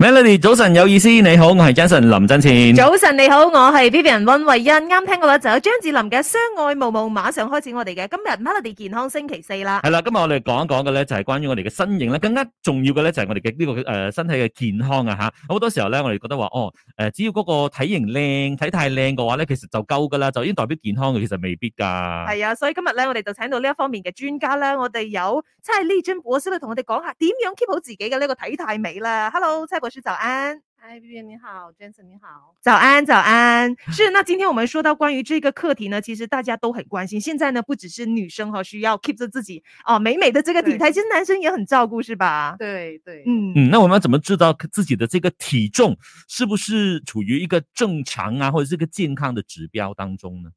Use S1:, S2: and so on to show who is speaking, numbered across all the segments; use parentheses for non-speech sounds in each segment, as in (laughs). S1: Melody，早晨有意思，你好，我係 Jason 林振前。
S2: 早晨你好，我係 Vivian 温慧欣。啱聽過咧就有張智霖嘅《相愛無夢》，馬上開始我哋嘅今日 Melody 健康星期四啦。
S1: 係啦，今日我哋講一講嘅咧就係關於我哋嘅身形咧，更加重要嘅咧就係我哋嘅呢個诶身體嘅健康啊吓。好多時候咧，我哋覺得話哦，诶只要嗰個體型靚、體態靚嘅話咧，其實就夠噶啦，就已經代表健康嘅，其實未必㗎。
S2: 係啊，所以今日咧我哋就請到呢一方面嘅專家啦。我哋有蔡麗珍博士咧同我哋講下點樣 keep 好自己嘅呢個體態美啦。Hello，蔡博士早安。
S3: 嗨，B B 你好，Jason 你好。
S2: 早安，早 (laughs) 安。是，那今天我们说到关于这个课题呢，其实大家都很关心。现在呢，不只是女生哈、需要 keep 着自己哦美美的这个体态，
S3: 对
S2: 其实男生也很照顾，是吧？
S3: 对对，
S2: 嗯，
S1: 嗯，那我们要怎么知道自己的这个体重是不是处于一个正常啊，或者是一个健康的指标当中呢？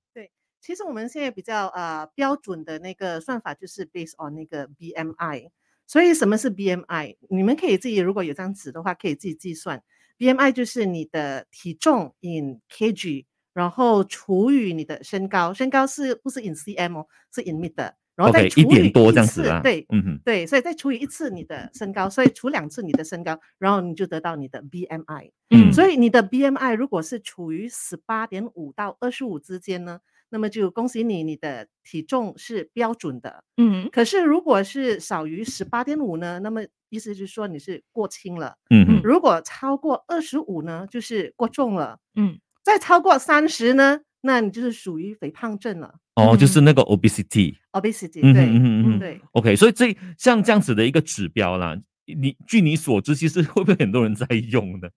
S3: 其实我们现在比较呃标准的那个算法就是 based on 那个 BMI。所以什么是 BMI？你们可以自己如果有张纸的话，可以自己计算。BMI 就是你的体重 in kg，然后除以你的身高，身高是不是 in cm 哦？是 in meter，然后再
S1: OK，
S3: 除
S1: 一
S3: 以
S1: 点多
S3: 一
S1: 这样子
S3: 次
S1: 啦。
S3: 对，
S1: 嗯哼，
S3: 对，所以再除以一次你的身高，所以除两次你的身高，然后你就得到你的 BMI。
S1: 嗯
S3: 所以你的 BMI 如果是处于十八点五到二十五之间呢，那么就恭喜你，你的体重是标准的。
S2: 嗯，
S3: 可是如果是少于十八点五呢，那么意思就是说你是过轻了；
S1: 嗯哼，
S3: 如果超过二十五呢，就是过重了。
S2: 嗯，
S3: 再超过三十呢，那你就是属于肥胖症了
S1: 哦，就是那个 obesity。
S3: （obesity）
S1: 嗯
S3: 对。
S1: 哼嗯哼嗯哼。
S3: 对，
S1: OK，所以这像这样子的一个指标啦，你据你所知，其实会不会很多人在用呢？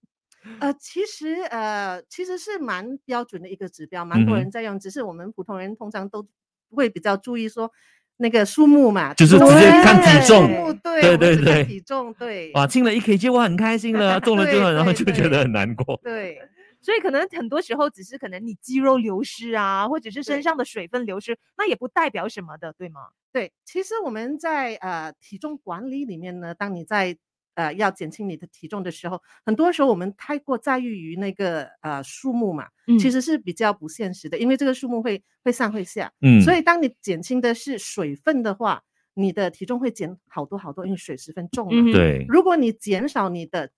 S3: 呃，其实呃，其实是蛮标准的一个指标，蛮
S1: 嗯
S3: 多
S1: 哼
S3: 人在用，只是我们普通人通常都会比较注意说那个数目嘛，
S1: 就是直接看体重
S3: 对数目对
S1: 对
S3: 我们
S1: 对
S3: 只看
S1: 对
S3: 体重，对，
S1: 哇，轻了一 kg，我很开心了，重了就
S3: 对
S1: 很，然后就
S3: 对
S1: 觉
S3: 对
S1: 得很难过。
S3: 对，
S2: 所以可能很多时候只是可能你肌肉流失啊，或者是身
S3: 对
S2: 上的水分流失，那也不代表什么的，对吗？
S3: 对，其实我们在呃体重管理里面呢，当你在呃要减轻你的体重的时候，很多时候我们太过在意于那个呃数目嘛，其
S2: 嗯
S3: 实是比较不现实的，因为这个数目会会上会下，
S1: 嗯，
S3: 所以当你减轻的是水分的话，你的体重会减好多好多，因为水十分重嘛。
S2: 嗯哼
S1: 对，
S3: 如果你减少你的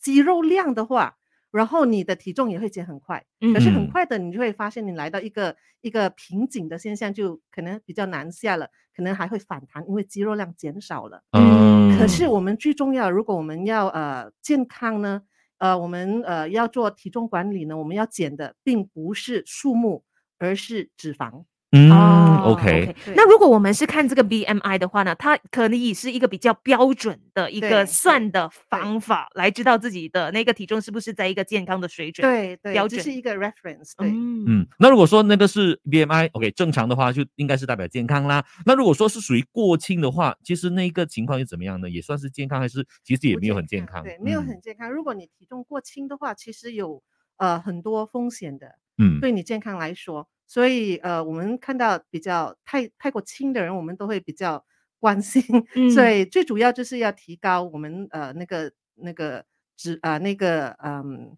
S3: 肌肉量的话，然后你的体重也会减很快。可是
S1: 嗯
S3: 很快的，你就会发现你来到一个一个瓶颈的现象，就可能比较难下了，可能还会反弹，因为肌肉量减少了。
S1: 嗯，
S3: 可是我们最重要，如果我们要呃健康呢，呃，我们呃要做体重管理呢，我们要减的并不是数目，而是脂肪。
S1: 嗯
S2: 哦
S1: ，OK，
S3: 对
S2: 那如果我们是看这个 BMI 的话呢，它可能也是一个比较标准的一个
S3: 对
S2: 算的方法，来知道自己的那个体重是不是在一个健康的水准。，
S3: 对对，
S2: 标
S3: 这是
S2: 准
S3: 一个 reference。对，
S2: 嗯
S1: 嗯，那如果说那个是 BMI OK 正常的话，就应该是代表健康啦。那如果说是属于过轻的话，其实那一个情况又怎么样呢？也算是健康，还是其实也
S3: 不
S1: 没有很健康？
S3: 对，没有
S1: 嗯
S3: 很健康。如果你体重过轻的话，其实有呃很多风险的。
S1: 嗯，
S3: 对你健康来说。所以呃，我们看到比较太太过轻的人，我们都会比较关心。所
S2: 嗯
S3: 以最主要就是要提高我们呃那个那个脂啊、那个嗯。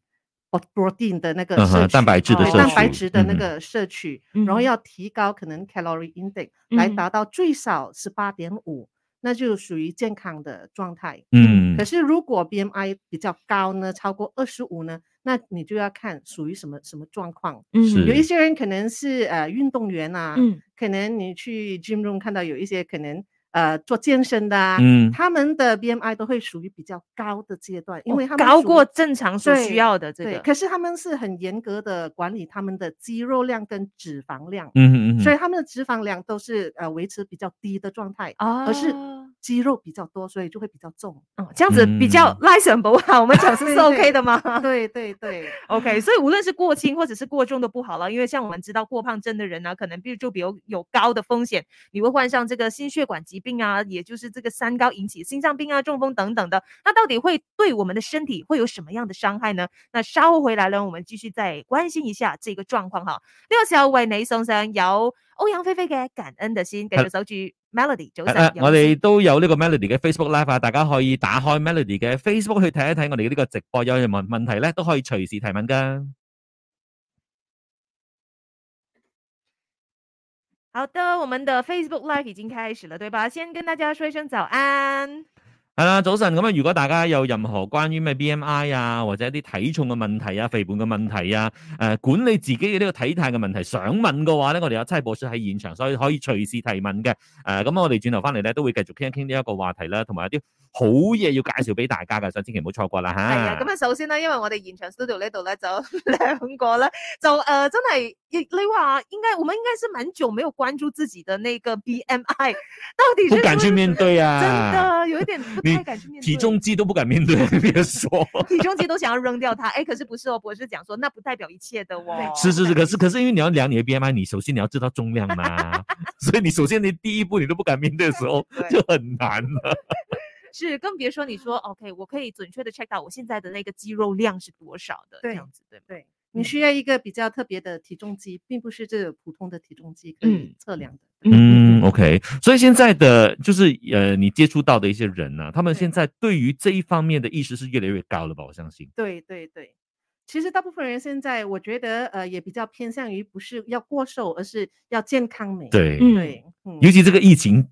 S3: pro- protein 的那个
S1: 嗯
S3: 摄
S1: 哼
S3: 取，
S1: 蛋白质
S2: 的
S3: 对
S2: 摄
S3: 蛋白
S2: 取
S3: 质的那
S1: 嗯
S3: 个摄取，然后
S2: 嗯
S3: 要提高可能 calorie intake 来
S2: 嗯
S3: 达到最少十八点五，那就属于健康的状态。
S1: 嗯
S3: 可是如果 BMI 比较高呢，超过二十五呢，那你就要看属于什么什么状况。
S2: 嗯
S1: 是
S3: 有一些人可能是呃运动员啊，
S2: 嗯
S3: 可能你去 gym room 看到有一些可能呃做健身的啊，
S1: 嗯
S3: 他们的 BMI 都会属于比较高的阶段，因
S2: 哦
S3: 为他们
S2: 高
S3: 属
S2: 过
S3: 于
S2: 正常所需
S3: 对
S2: 要的这
S3: 对，
S2: 个，
S3: 可是他们是很严格的管理他们的肌肉量跟脂肪量，
S1: 嗯嗯嗯
S3: 所以他们的脂肪量都是呃维持比较低的状态，
S2: 啊
S3: 而是肌肉比较多，所以就会比较
S2: (laughs)
S3: 重。
S2: 哦，这样子比较
S1: 嗯
S2: reasonable 啊， (laughs) 我们讲是
S3: (laughs) 对
S2: 是 OK
S3: 对
S2: 的吗？
S3: 对对对
S2: OK，所以无论是过轻或者是过重都不好了，因为像我们知道过胖症的人呢、可能比如就比如有高的风险，你会患上这个心血管疾病啊，也就是这个三高引起心脏病啊、中风等等的。那到底会对我们的身体会有什么样的伤害呢？那稍后回来呢，我们继续再关心一下这个状况哈。呢個時候為你送上有歐陽菲菲嘅《感恩的心》，繼續守住 Melody 早
S1: 係
S2: 晨
S1: 啦
S2: 有
S1: 我
S2: 意思
S1: 哋都有呢個 Melody 嘅 Facebook Live 啊，大家可以打開 Melody 嘅 Facebook 去睇一睇我哋嘅呢個直播，有任何問題咧都可以隨時提問噶。
S2: 好的，我们的 Facebook Live 已经开始了，对吧？先跟大家说一声早安。
S1: 系啦，早晨咁啊！如果大家有任何關於咩 BMI 啊，或者一啲體重嘅問題啊、肥胖嘅問題啊、誒、管理自己嘅呢個體態嘅問題，想問嘅話咧，我哋有妻播出喺現場，所以可以隨時提問嘅。誒、咁我哋轉頭翻嚟咧，都會繼續傾一傾呢一個話題啦，同埋一啲好嘢要介紹俾大家嘅，所以千祈唔好錯過啦
S2: 係啊，
S1: 嚇
S2: 咁。啊，首先咧，因為我哋現場 studio 呢度咧就 (laughs) 有兩個咧，就诶、呃真係，亦你話應該，我們應該是蠻久沒有關注自己的那個 BMI，到 (laughs) 底是
S1: 不敢去面對
S2: 真
S1: 啊，
S2: 的有一點不
S1: 你
S2: 太敢去面對。
S1: 體重啊機都不敢面對， (laughs) 別說。
S2: 体重机都想要扔掉它，哎，可是不是哦，博士讲说那不代表一切的哦。
S1: (laughs) 是是是，可是可是因为你要量你的 BMI，你首先你要知道重量
S3: (laughs)
S1: 嘛，所以你首先你第一步你都不敢面对的时候
S2: 对
S1: 就很难了。
S2: (laughs) 是，更别说你说 OK，我可以准确的 check 到我现在的那个肌肉量是多少的，这
S3: 对
S2: 样子对吗？
S3: 对，你
S2: 嗯
S3: 需要一个比较特别的体重机，并不是这个普通的体重机可以
S2: 嗯
S3: 测量的。
S1: 嗯，OK，所以现在的就是呃，你接触到的一些人呢、他们
S3: 对
S1: 现在对于这一方面的意识是越来越高了吧？我相信。
S3: 对对对，其实大部分人现在我觉得呃也比较偏向于不是要过瘦，而是要健康美。
S1: 对，
S2: 嗯
S3: 对，嗯，
S1: 尤其这个疫情，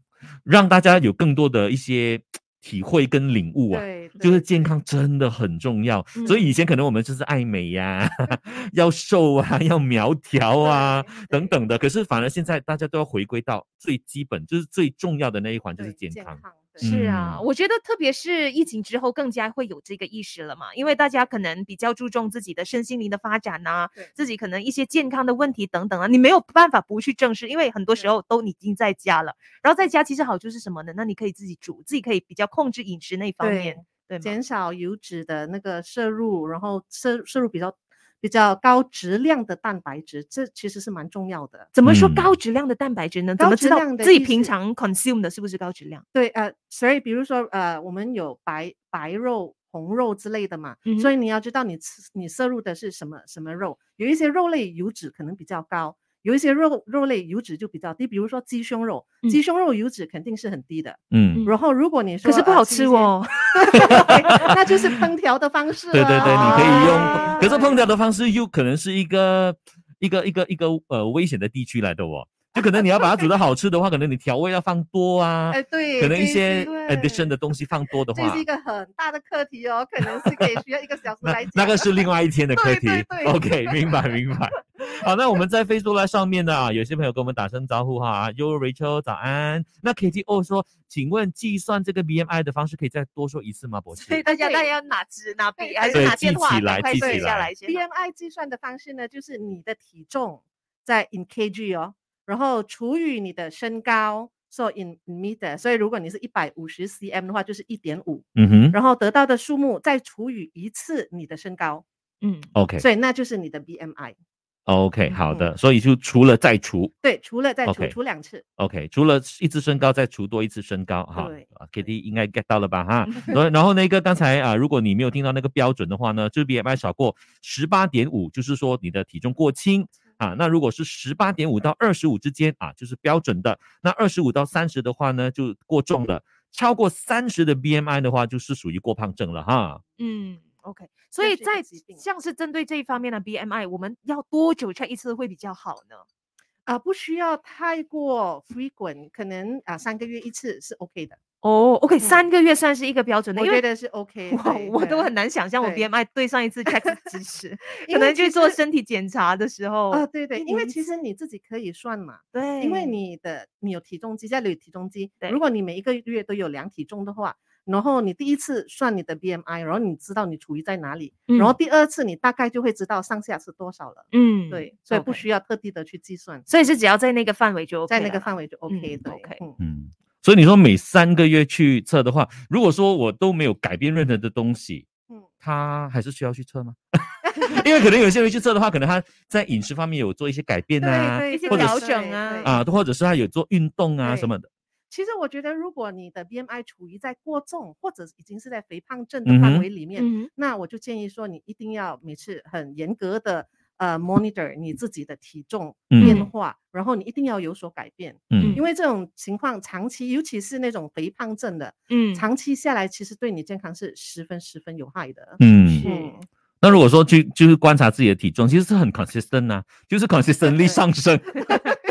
S1: 让大家有更多的一些体会跟领悟啊。
S3: 对，
S1: 就是
S3: 对嗯
S1: 健康真的很重要，所以以前可能我们就是爱美呀、 (laughs) 要瘦啊，要苗条啊，，
S3: 对
S1: 等等的。可是反而现在大家都要回归到最基本，就是最重要的那一环，就是
S3: 对
S1: 健
S3: 健
S1: 康。
S3: 康。对
S2: 是啊，我觉得特别是疫情之后，更加会有这个意识了嘛，因为大家可能比较注重自己的身心灵的发展呐、
S3: 对
S2: 自己可能一些健康的问题等等啊，你没有办法不去正视，因为很多时
S3: 对
S2: 候都已经在家了。然后在家其实好处是什么呢？那你可以自己煮，自己可以比较控制饮食那一方
S3: 对
S2: 面，对吗？
S3: 减少油脂的那个摄入，然后摄摄入比较比较高质量的蛋白质，这其实是蛮重要的。
S2: 怎么说
S1: 嗯
S2: 高质量的蛋白质呢？怎
S3: 高
S2: 么知
S3: 质
S2: 道
S3: 量的
S2: 自己
S3: 意
S2: 平
S3: 思
S2: 常 consume 的是不是高质量？
S3: 对，呃，所以比如说，呃，我们有白白肉、红肉之类的嘛，
S2: 嗯
S3: 所以你要知道你吃你摄入的是什么什么肉，有一些肉类油脂可能比较高，有一些肉肉类油脂就比较低，比如说鸡胸肉，
S2: 嗯
S3: 鸡胸肉油脂肯定是很低的。
S1: 嗯，
S3: 然后如果你说
S2: 可是不
S3: 呃
S2: 好
S3: 一
S2: 吃
S3: 些，
S2: 哦。
S3: 对 (laughs) 那就是烹调的方式啊
S1: 对对对，你可以
S2: 啊
S1: 用，可是烹
S3: 调
S1: 调的方式又可能是一个一个一个一个呃危险的地区来的哦。就可能你要把它煮的好吃的话，可能你调味要放多啊，
S3: (laughs) 哎对，
S1: 可能
S3: 这
S1: 一些
S3: 对
S1: addition 的东西放多的
S3: 这
S1: 话
S3: 是一，个很大的课题哦，可能是可以需要一个小时
S1: (laughs) 那
S3: 来讲。
S1: 那个是另外一天的课
S3: 对
S1: 题
S3: 对。对
S1: OK，明白明
S3: (laughs)
S1: 白。好，那我们在 Facebook Live 上面呢，啊，有些朋友跟我们打声招呼哈，Yo Rachel 早安。那 KTO 说，请问计算这个 BMI 的方式可以再多说一次吗，博士？
S2: 所以大家
S3: 对
S2: 大家要拿纸拿笔
S3: 对
S2: 还是
S1: 对
S2: 拿
S1: 记
S2: 电话，
S1: 起来
S2: 赶快
S1: 记
S2: 记
S3: 起
S2: 下
S1: 来
S2: 来先。
S3: BMI 计算的方式呢，就是你的体重在 in kg 哦，然后除以你的身高，so in meter，所以如果你是一百五十 cm 的话，就是一点五，
S1: 嗯哼
S3: 然后得到的数目再除以一次你的身高，
S2: 嗯，
S1: ，OK
S3: 所以那就是你的 BMI。
S1: OK，好
S3: 嗯
S1: 的。所以就除了再除，
S3: 对，除了再除
S1: OK
S3: 除两次，
S1: OK，除了一次身高，再除多一次身高哈
S3: 对。
S1: k d 应该 get 到了吧
S3: (laughs)
S1: 哈？然后然后那个刚才啊，如果你没有听到那个标准的话呢，就是 BMI 少过十八点五，就是说你的体重过轻啊。那如果是十八点五到二十五之间啊，就是标准的。那二十五到三十的话呢，就过重了。超过三十的 BMI 的话，就是属于过胖症了哈。
S2: 嗯，OK，所
S3: 算
S2: 以
S3: 是一个
S2: 在
S3: 疾病
S2: 像是针对这一方面的 BMI，我们要多久 check 一次会比较好呢？
S3: 啊、不需要太过 frequent，可能啊、三个月一次是 OK 的，
S2: 哦，OK，
S3: 嗯
S2: 三个月算是一个标准的，
S3: 我
S2: 因
S3: 觉
S2: 为
S3: 得是 OK
S2: (laughs) 我
S3: 对。
S2: 我都
S3: 对
S2: 很难想象我
S3: 对
S2: BMI 对上一次 check 是几 (laughs) 十，
S3: 因
S2: 可
S3: 为
S2: 能
S3: 其
S2: 去做
S3: 实
S2: 身体检查的 (laughs) 时候
S3: 啊、，对对，
S2: 一
S3: 因为
S2: 年一
S3: 其
S2: 次
S3: 实你自己可以算嘛，
S2: 对，
S3: 因为你的你有体重机，家里有体重机
S2: 对。
S3: 如果你每一个月都有量体重的话，然后你第一次算你的 BMI，然后你知道你处于在哪里，然后
S2: 嗯
S3: 第二次你大概就会知道上下是多少了。
S2: 嗯，
S3: 对，所以不
S2: OK
S3: 需要特地的去计算，
S2: 所以是只要在那个范围就 OK
S3: 在那个
S2: 了啦
S3: 范围就 OK
S2: 嗯
S3: 的。
S2: ，OK
S3: 嗯
S1: 嗯，所以你说每三个月去测的话，如果说我都没有改变任何的东西，
S3: 嗯
S1: 他还是需要去测吗？ (laughs) 因为可能有些人去测的话，可能他在饮食方面有做一些改变啊，
S3: 对
S2: 一些
S1: 或者
S2: 调
S3: 是
S2: 整啊
S3: 对
S1: 啊，或者是他有做运动啊
S3: 对
S1: 什么的。
S3: 其实我觉得，如果你的 BMI 处于在过重或者已经是在肥胖症的
S1: 嗯
S3: 范
S1: 哼
S3: 围里面，
S2: 嗯
S3: 那我就建议说，你一定要每次很严格的呃 monitor 你自己的体重变
S2: 嗯
S3: 化，然后你一定要有所改变。
S1: 嗯
S3: 因为这种情况长期，尤其是那种肥胖症的，
S2: 嗯， (laughs)
S3: 长期下来其实对你健康是十分十分有害的。
S1: 嗯，
S3: 嗯，
S1: 那如果
S3: (laughs)
S1: 说就就是观察自己的体重，其实是很 consistent 啊，就是 consistently 上升，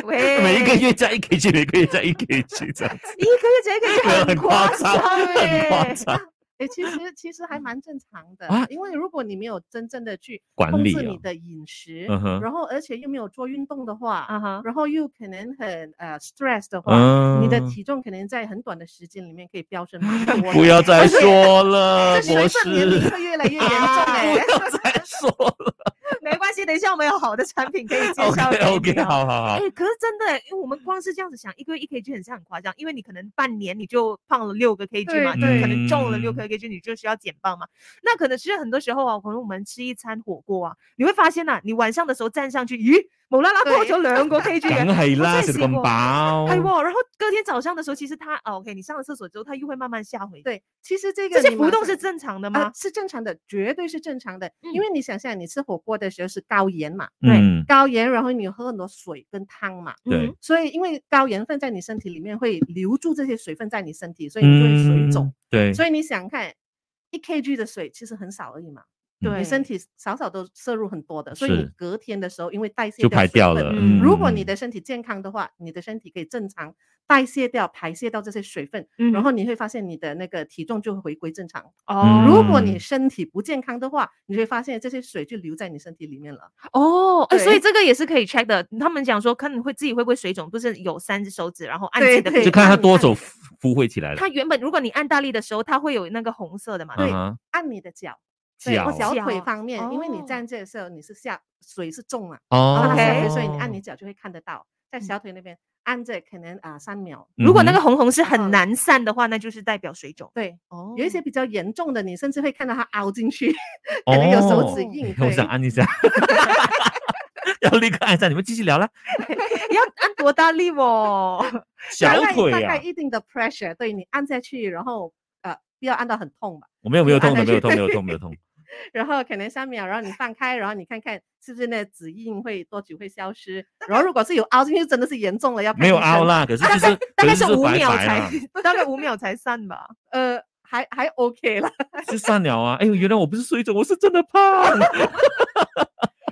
S2: 喂，
S1: 每一个月加一 kg，每个月加一
S3: (laughs)
S1: kg 这样子，
S2: 一个月加一个月
S1: 很夸张，很
S2: 耶
S1: 夸张。
S3: 哎，其实其实还蛮正常的，
S1: 嗯啊
S3: 因为如果你没有真正的去
S1: 管
S3: 控
S1: 理
S3: 制
S1: 啊
S3: 你的饮食，
S1: 嗯哼
S3: 然后而且又没有做运动的话，
S2: 啊哈，
S3: 然后又可能很呃 stress 的话，
S1: 嗯，
S3: 你的体重可能在很短的时间里面可以飙
S2: (laughs)
S3: 升蛮多的。
S1: 不要再说了，
S3: 这随
S1: 博
S3: 着年龄
S1: 士，
S3: 会越来越严重哎、
S1: 不要再说了。
S2: 没关系，等一下我们有好的产品可以介绍
S1: OK
S2: 给
S1: OK，
S2: 你哦
S1: 好好好
S2: 哎、，可是真的、欸，因为我们光是这样子想，一个月一 kg 很像很夸张，因为你可能半年你就胖了六个 kg 嘛，
S3: 对
S2: 你可
S1: 对
S2: 能重了六
S1: 嗯
S2: 个 kg，你就需要减磅嘛。那可能其实很多时候啊，可能我们吃一餐火锅啊，你会发现呐、你晚上的时候站上去，咦，无啦啦
S3: 对
S2: 多咗兩個 kg 嘅，
S1: 梗係啦，
S2: 我真
S1: 食
S2: 係
S1: 到
S2: 試
S1: 咁
S2: 過
S1: 飽，
S2: 係喎，哎然後隔天早上的時候，其實它、哦、OK，你上了廁所之後，它又會慢慢下回。，
S3: 对，其实这
S2: 这
S3: 个
S2: 些
S3: 你
S2: 浮
S3: 马
S2: 动
S3: 上
S2: 是正常的
S3: 啊、
S2: 吗？
S3: 是正常的，绝对是正常的。
S2: 嗯
S3: 因为你想想，你吃火锅的时候是高盐嘛，
S1: 嗯，
S3: 高盐，然后你喝很多水跟汤嘛，
S1: 对
S2: 嗯，
S3: 所以因为高盐分在你身体里面会留住这些水分在你身体，所以你就会水肿。
S1: 嗯，对，
S3: 所以你想看一 kg 的水其实很少而已嘛，
S2: 对，
S3: 你身体少少都摄入很多的，所以你
S1: 是
S3: 隔天的时候因为代谢
S1: 就排
S3: 水
S1: 掉
S3: 分
S1: 了。
S2: 嗯
S3: 如果你
S1: 嗯
S3: 的身体健康的话，你的身体可以正常代谢掉、排泄掉这些水分，
S2: 嗯，
S3: 然后你会发现你的那个体重就会回归正常。
S2: 哦，
S3: 如果你
S1: 嗯
S3: 身体不健康的话，你会发现这些水就留在你身体里面了。
S2: 哦，哎，所以
S3: 对
S2: 这个也是可以 check 的。他们讲说，看你会自己会不会水肿，不是有三只手指，然后按自
S3: 对
S2: 己的
S3: 对
S1: 就
S2: 鼻
S1: 看
S2: 腔
S1: 它
S2: 你
S1: 多
S2: 按
S1: 久孵会起来了
S2: 它。原本如果你按大力的时候，它会有那个红色的嘛？
S1: 嗯
S3: 对
S1: 哼，
S3: 按你的脚，对
S1: 脚
S3: 我脚腿
S2: 脚
S3: 方面，因为你
S2: 哦
S3: 站着的时候你是下水是重嘛，
S1: 哦
S3: 啊，
S2: OK
S3: 所以你按你脚就会看得到，在小腿那边按着可能啊三秒。
S2: 如果那个
S1: 嗯
S2: 红红是很
S3: 嗯
S2: 难散的话，那就是代表水肿。
S3: 对，
S2: 哦
S3: 有一些比较严重的，你甚至会看到它凹进去， (laughs)
S1: 哼
S3: 可能有手
S1: 哦
S3: 指
S2: 哦
S3: 印。
S1: 我想
S3: 对
S1: 按一下， (laughs) 要立刻按一下，你们继续聊啦。
S2: 要按多大力
S1: (laughs)
S2: 哦？
S1: 小
S3: 大概
S1: 腿
S3: 大
S1: 啊
S3: 概，一定的 pressure，对你按下去，然后呃不要按到很痛吧，
S1: 我没有没有
S3: 按
S1: 痛
S3: (laughs)
S1: 的，
S3: 下
S1: 没有
S3: 去
S1: 痛，没有痛，没有痛。
S3: 然后可能三秒，然后你放开，然后你看看是不是那指印会多久会消失，然后如果是有凹进去，真的是严重了要看
S1: 没有
S3: 医生
S1: 凹，啦，可是就是
S2: 大
S1: 可
S2: 概
S1: 是就是
S2: 五
S1: 白
S2: 秒
S1: 白
S2: 才
S1: 啦，，
S2: 大概五秒才散吧。
S3: 呃还还 OK 啦，
S1: 就算了啊。哎呦，原来我不是水肿，我是真的胖。
S3: (laughs)
S2: 系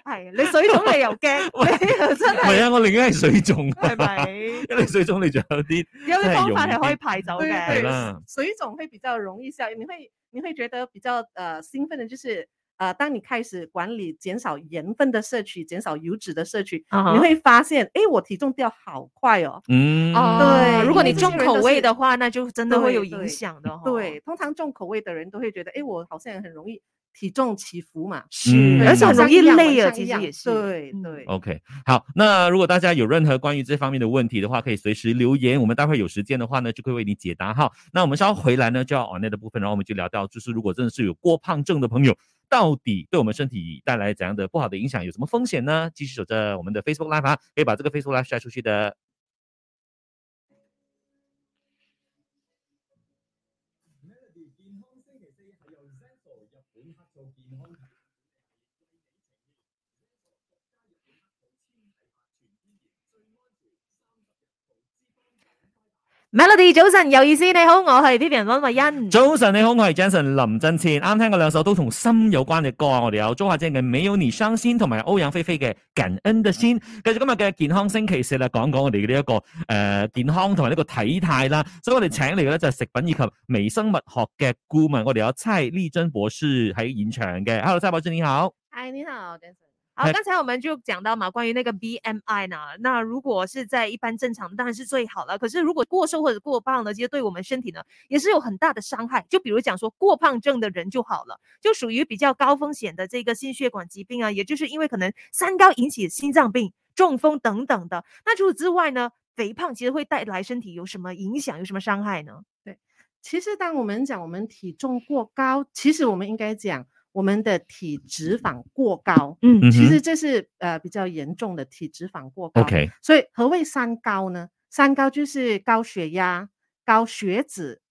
S2: 哎你水肿你又
S1: (laughs)
S2: 惊，你又真
S1: 唔係
S2: 係
S1: 啊，我寧願係水腫啊，
S2: 係咪？
S1: 因為水腫你就有啲
S2: 有
S1: 真
S2: 啲
S1: 係
S2: 方法
S1: 容易
S2: 係可以
S1: 啲
S2: 排走
S3: 对
S1: 係
S3: 对
S2: 嘅。
S1: 啦，
S3: 水肿会比较容易消，你会你会觉得比较呃兴奋的，就是呃当你开始管理减少盐分的摄取，减少油脂的摄取，
S2: 啊哈
S3: 你会发现，哎，我体重掉好快哦。
S1: 嗯，
S2: 哦，
S3: 对
S2: 如果你
S3: 因为这些
S2: 重
S3: 人
S2: 口
S3: 都
S2: 味
S3: 是
S2: 的话，那就真的会
S3: 对
S2: 有影
S3: 对
S2: 响的、哦。
S3: 对，通常重口味的人都会觉得，哎，我好像很容易体重起伏嘛，
S1: 嗯
S2: 是，
S3: 对
S2: 而且
S3: 早
S2: 很容
S3: 上
S2: 易
S3: 一样
S2: 累
S3: 晚
S2: 啊，
S3: 上
S2: 其
S3: 一
S2: 实
S3: 样
S2: 也是。
S3: 对
S2: 嗯
S3: 对
S1: OK，好，那如果大家有任何关于这方面的问题的话，可以随时留言，我们待会儿有时间的话呢，就会为你解答哈。那我们稍后回来呢，就要 on 的部分，然后我们就聊到，就是如果真的是有过胖症的朋友，到底对我们身体带来怎样的不好的影响，有什么风险呢？继续守着我们的 Facebook Live 啊，可以把这个 Facebook Live 晒出去的。
S2: Melody 早晨有意思，你好，我系 Vivian 温慧欣。
S1: 早晨，你好，我系 Jason 林振前，啱聽嘅兩首都同心有關嘅歌啊，我哋有周華健嘅《沒有你傷心》同埋歐陽菲菲嘅《感恩的心》。繼續今日嘅健康星期四啦，講講我哋嘅呢一個诶、呃健康同埋呢個體態啦。所以我哋請嚟嘅咧就係食品以及微生物學嘅顧問，我哋有蔡麗珍博士喺現場嘅。Hello，蔡博士你好。
S3: 哎，你好，Jason。
S2: 好，
S1: 哎
S2: 刚才我们就讲到嘛，关于那个 BMI 呢，那如果是在一般正常，当然是最好了。可是如果过瘦或者过胖呢，其实对我们身体呢也是有很大的伤害。就比如讲说过胖症的人就好了，就属于比较高风险的这个心血管疾病啊，也就是因为可能三高引起心脏病、中风等等的。那除此之外呢，肥胖其实会带来身体有什么影响，有什么伤害呢？
S3: 其实，当我们讲我们体重过高，其实我们应该讲我们的体脂肪过高。
S2: 嗯
S1: 嗯
S3: 其
S1: 哼
S3: 实这是呃比较严重的体脂肪过高。
S1: OK，
S3: 所以何谓三高呢？三高就是高血压、高血脂、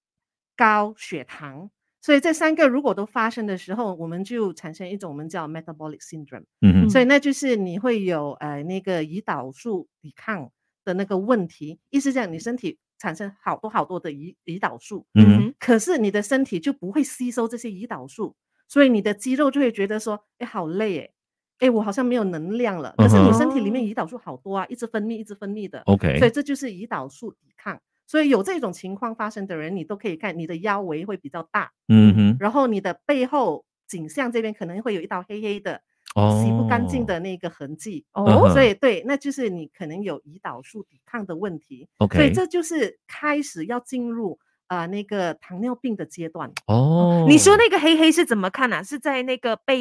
S3: 高血糖。所以这三个如果都发生的时候，我们就产生一种我们叫 metabolic syndrome，、
S1: 嗯
S3: 所以那就是你会有呃那个胰岛素抵抗的那个问题，意思讲你身体产生好多好多的胰胰岛素，
S1: 嗯哼，
S3: 可是你的身体就不会吸收这些胰岛素，所以你的肌肉就会觉得说，哎，好累哎，哎，我好像没有能量了，可是你
S1: 嗯哼
S3: 身体里面胰岛素好多啊，一直分泌，一直分泌的，
S1: ，OK，
S3: 所以这就是胰岛素抵抗。所以有这种情况发生的人，你都可以看你的腰围会比较大，
S1: 嗯哼，
S3: 然后你的背后颈项这边可能会有一道黑黑的、
S1: 哦，
S3: 洗不干净的那个痕迹。
S1: 嗯
S2: 哦
S1: 哼
S3: 所以对，那就是你可能有胰岛素抵抗的问题。
S1: ，OK，
S3: 所以这就是开始要进入啊、呃那个糖尿病的阶段。
S1: 哦，
S2: 你说那个黑黑是怎么看啊？是在那个背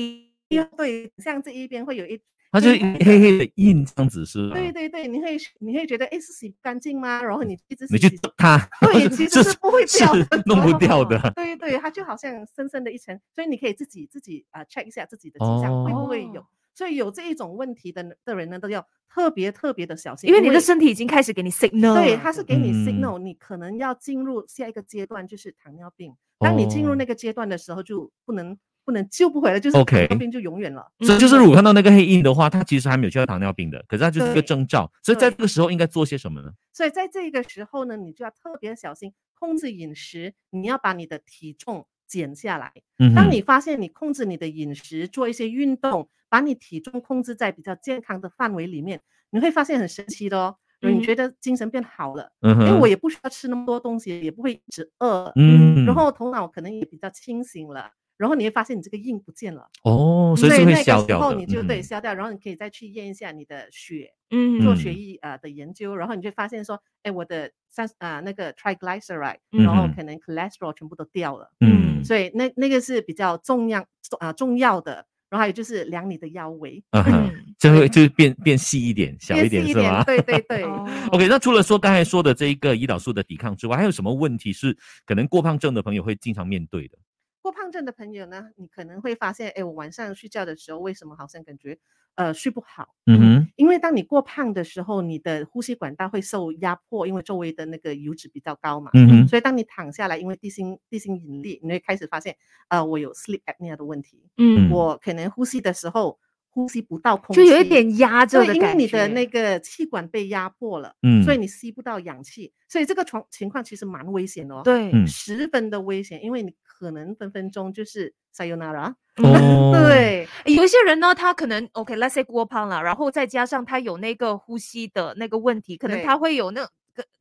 S3: 因为 (laughs) 对，像这一边会有一，
S1: 它嗯就是啊黑黑的印，这样子是吧？
S3: 对对对，你会你会觉得哎是洗不干净吗？然后你一直
S1: 你
S3: 洗
S1: 去
S3: 洗洗
S1: 抓它， (laughs)
S3: 对，其实是不会
S1: 是
S3: 掉的，嗯
S1: 弄不掉的。
S3: 对对，它就好像深深的一层，所以你可以自己自己啊、呃 check 一下自己的迹象、会不会有
S2: 哦。
S3: 所以有这一种问题的人的人呢，都要特别特别的小心，
S2: 因为你的身体已经开始给你 signal，
S3: 对
S2: 了
S3: 它是给你
S1: 嗯
S3: signal，、你可能要进入下一个阶段，就是糖尿病。当你进入
S1: 哦
S3: 那个阶段的时候，就不能不能救不回来，就是糖
S1: OK
S3: 尿病就永远了。
S1: 所以就是如果看到那个黑印的话，它其实还没有去到糖尿病的，可是它就是一个
S3: 嗯对
S1: 征兆。所以在
S3: 对
S1: 这个时候应该做些什么呢？
S3: 所以在这个时候呢，你就要特别小心控制饮食，你要把你的体重减下来。
S1: 嗯哼，
S3: 当你发现你控制你的饮食，做一些运动，把你体重控制在比较健康的范围里面，你会发现很神奇的哦。你觉得精神变好了，
S1: 嗯
S3: 因为
S1: 哼，
S3: 我也不需要吃那么多东西，也不会一直饿，
S1: 嗯，
S3: 然后头脑可能也比较清醒了，然后你会发现你这个硬不见了，
S1: 哦，所以
S3: 对
S1: 是会
S3: 那
S1: 消
S3: 个时
S1: 掉
S3: 候
S1: 的。
S3: 你就对
S1: 嗯
S3: 消掉，然后你可以再去验一下你的血，
S2: 嗯
S3: 做
S1: 嗯
S3: 血液啊、呃的研究，然后你就发现说，哎，我的三啊、那个 triglyceride，
S2: 嗯
S3: 然后
S1: 嗯
S3: 可能 cholesterol 全部都掉了，
S1: 嗯
S3: 所以那那个是比较重要啊、重要的。然后还有就是量你的腰围，
S1: 嗯哼，
S2: 嗯
S1: 就会就变变细一点，小
S3: 变
S1: 一点
S3: 细
S1: 是吗？(laughs)
S3: 对对对。
S2: 哦
S1: OK，那除了说刚才说的这一个胰岛素的抵抗之外，还有什么问题是可能过胖症的朋友会经常面对的？
S3: 过胖症的朋友呢，你可能会发现，哎，我晚上睡觉的时候为什么好像感觉呃睡不好？
S1: 嗯哼，
S3: 因为当你过胖的时候，你的呼吸管道会受压迫，因为周围的那个油脂比较高嘛。
S1: 嗯哼，
S3: 所以当你躺下来，因为地心地心引力，你会开始发现，呃，我有 sleep apnea 的问题，
S2: 嗯，
S3: 我可能呼吸的时候呼吸不到空气，
S2: 就有一点压着
S3: 对，
S2: 的
S3: 因为
S2: 感觉，
S3: 你的那个气管被压迫了，
S1: 嗯，
S3: 所以你吸不到氧气，所以这个情情况其实蛮危险的哦，，
S2: 对， (laughs)
S1: 嗯
S3: 十分的危险，因为你可能分分钟就是 sayonara，、 (laughs)
S1: 哦，
S3: 对，
S2: 哎有一些人呢，他可能 OK，let's、say 过胖了，然后再加上他有那个呼吸的那个问题，可能
S3: 对
S2: 他会有那个，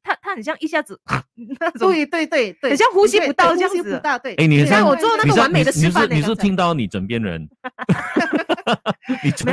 S2: 他他很像一下子 (laughs) 那种，
S3: 对对对对，
S2: 像呼
S3: 你
S2: 吸
S3: 会
S2: 不到
S3: 对
S2: 这
S3: 呼吸
S2: 样子
S3: 不到，对，
S1: 哎你很
S3: 像
S1: 像
S2: 啊我做那
S1: 你
S2: 个
S1: 是
S2: 完美
S1: 你
S2: 的
S1: 你
S2: 示
S1: 是
S2: 范呢
S1: 你是
S2: 刚才
S1: 听到你枕边
S2: (laughs)
S1: 人，你枕
S2: 没有，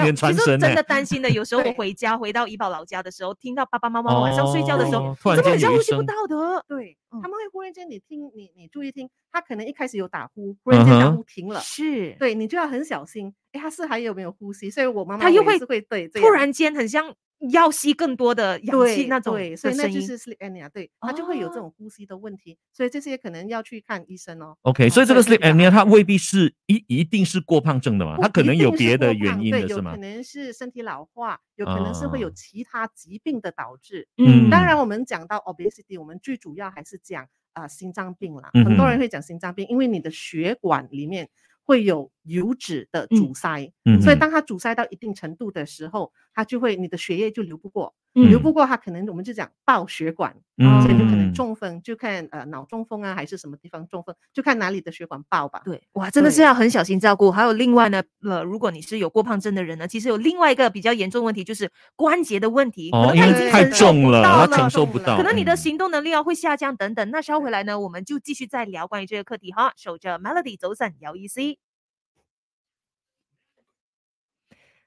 S1: 边
S2: 其
S1: 传
S2: 实
S1: 神呢
S2: 真的？担心的。有时候我
S3: (laughs) 对
S2: 回家，回到怡宝老家的时候，听到爸爸妈妈晚上睡觉的时候，
S1: 哦突然
S2: 真的很
S1: 间
S2: 像
S1: 有
S2: 呼
S1: 一
S2: 吸不
S1: 声，
S2: 到的。
S3: 对，
S2: 嗯
S3: 他们会忽然间你听你你注意听，他可能一开始有打呼，忽然间
S1: 嗯
S3: 打
S1: 哼
S3: 呼停了，
S2: 是，
S3: 对你就要很小心，哎，他是还有没有呼吸？所以我妈妈
S2: 他又
S3: 我也
S2: 会
S3: 是会对这
S2: 突
S3: 样
S2: 然间很像要吸更多的氧
S3: 对
S2: 气那种
S3: 对，所
S2: 的
S3: 以那
S2: 声
S3: 就
S2: 音。
S3: 是 sleep apnea，对，他就会有这
S2: 哦
S3: 种呼吸的问题，所以这些可能要去看医生哦。
S1: OK，所以这个
S3: 对是
S1: sleep
S3: 这样
S1: apnea 它未必是一一定是过胖症的嘛，
S3: 不
S1: 它哦可
S3: 一
S1: 能有
S3: 定是
S1: 别的
S3: 过
S1: 原
S3: 胖
S1: 因
S3: 对
S1: 的是
S3: 有
S1: 吗
S3: 可？能是身体老化，有可能是会有
S1: 啊
S3: 其他疾病的导致。
S1: 嗯
S3: 当然，我们讲到 obesity，我们最主要还是讲啊、心脏病啦。很多
S1: 嗯哼
S3: 人会讲心脏病，因为你的血管里面会有油脂的阻塞，
S1: 嗯
S3: 所以
S1: 哼
S3: 当它阻塞到一定程度的时候，它就会你的血液就流不过，
S1: 嗯
S3: 流不过它可能我们就讲爆血管，
S1: 嗯，
S3: 所以就可能中风，就看呃脑中风啊还是什么地方中风，就看哪里的血管爆吧。
S2: 对，哇，真的是
S3: 对
S2: 要很小心照顾。还有另外呢，呃，如果你是有过胖症的人呢，其实有另外一个比较严重问题，就是关节的问题。
S1: 哦，
S2: 可能他
S1: 因
S2: 已
S3: 它
S1: 为太
S2: 经承受
S1: 重
S2: 不
S1: 了，
S2: 到
S1: 它
S2: 了，
S1: 承受不
S3: 重了
S1: 到，
S2: 可能你的
S1: 嗯
S2: 行动能力啊会下降等等。那稍回来呢，我们就继续再聊关于这个课题哈。守着 Melody 走散有意思。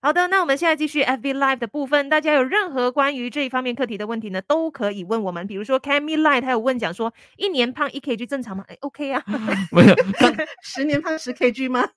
S2: 好的，那我们现在继续 FB Live 的部分。大家有任何关于这一方面课题的问题呢，都可以问我们。比如说 Cammy Live，他有问讲说，一年胖一 kg 正常吗？哎，OK
S1: (laughs)
S2: 啊。
S1: 没有，但
S3: 十年胖十 kg 吗？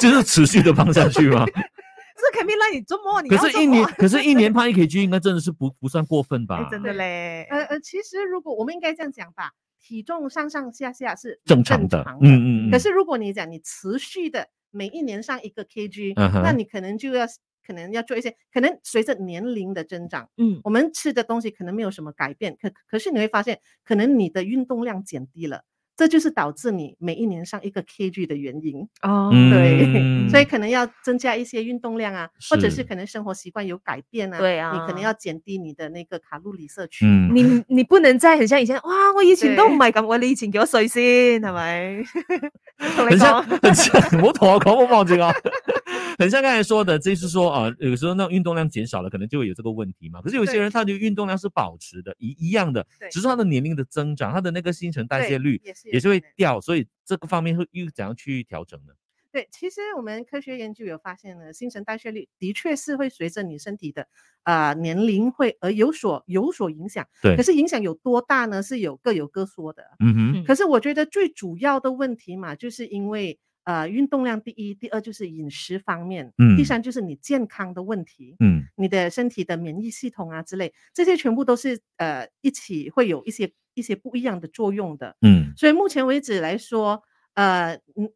S1: 就是持续的胖下
S2: (laughs)
S1: 去嘛。
S2: 这 Cammy Live 你周末你
S1: 可
S2: 要
S1: 是，
S2: 做
S1: 一
S2: 么
S1: 年，可是一年胖一 kg 应该真的是不不算过分吧
S2: 哎？真的
S3: 对
S2: 嘞。
S1: 嗯
S3: 呃呃，其实如果我们应该这样讲吧，体重上上下下是
S1: 正常的
S3: 正常，
S1: 嗯嗯嗯。
S3: 可是如果你讲你持续的每一年上一个 kg，、
S1: 嗯哼
S3: 那你可能就要可能要做一些，可能随着年龄的增长，
S2: 嗯，
S3: 我们吃的东西可能没有什么改变，可可是你会发现，可能你的运动量减低了，这就是导致你每一年上一个 kg 的原因。
S2: 哦
S3: 对
S1: 嗯
S3: 所以可能要增加一些运动量啊，或者
S1: 是
S3: 是可能生活习惯有改变啊，
S2: 对
S3: 你可
S2: 啊
S3: 能要减低你的那个卡路里摄取。
S1: 嗯，
S2: 你你不能再很像以前，哇！我以前都唔
S3: 對
S2: 係咁，喂，你以前幾多歲先係咪？同你
S1: (laughs) 很像
S2: 講，
S3: (laughs)
S1: 很像，唔好同我講，唔好望住我。 (laughs) 很像刚才说的，就是说啊，有时候那种运动量减少了，可能就会有这个问题嘛。可是有些
S2: 对
S1: 人他的运动量是保持的，一一样的
S2: 对，
S1: 只是他的年龄的增长，他的那个新陈代谢率
S3: 也是有
S1: 也是会
S3: 可能
S1: 掉，所以这个方面会又怎样去调整呢？
S3: 对，其实我们科学研究有发现呢，新陈代谢率的确是会随着你身体的啊、呃年龄会而有所有所影响。
S1: 对
S3: 可是影响有多大呢？是有各有各说的。
S1: 嗯哼，
S3: 可是我觉得最主要的问题嘛，就是因为呃运动量第一，第二就是饮食方面，第
S1: 嗯
S3: 三就是你健康的问题，
S1: 嗯，
S3: 你的身体的免疫系统啊之类，这些全部都是呃一起会有一些一些不一样的作用的。
S1: 嗯，
S3: 所以目前为止来说，呃，嗯，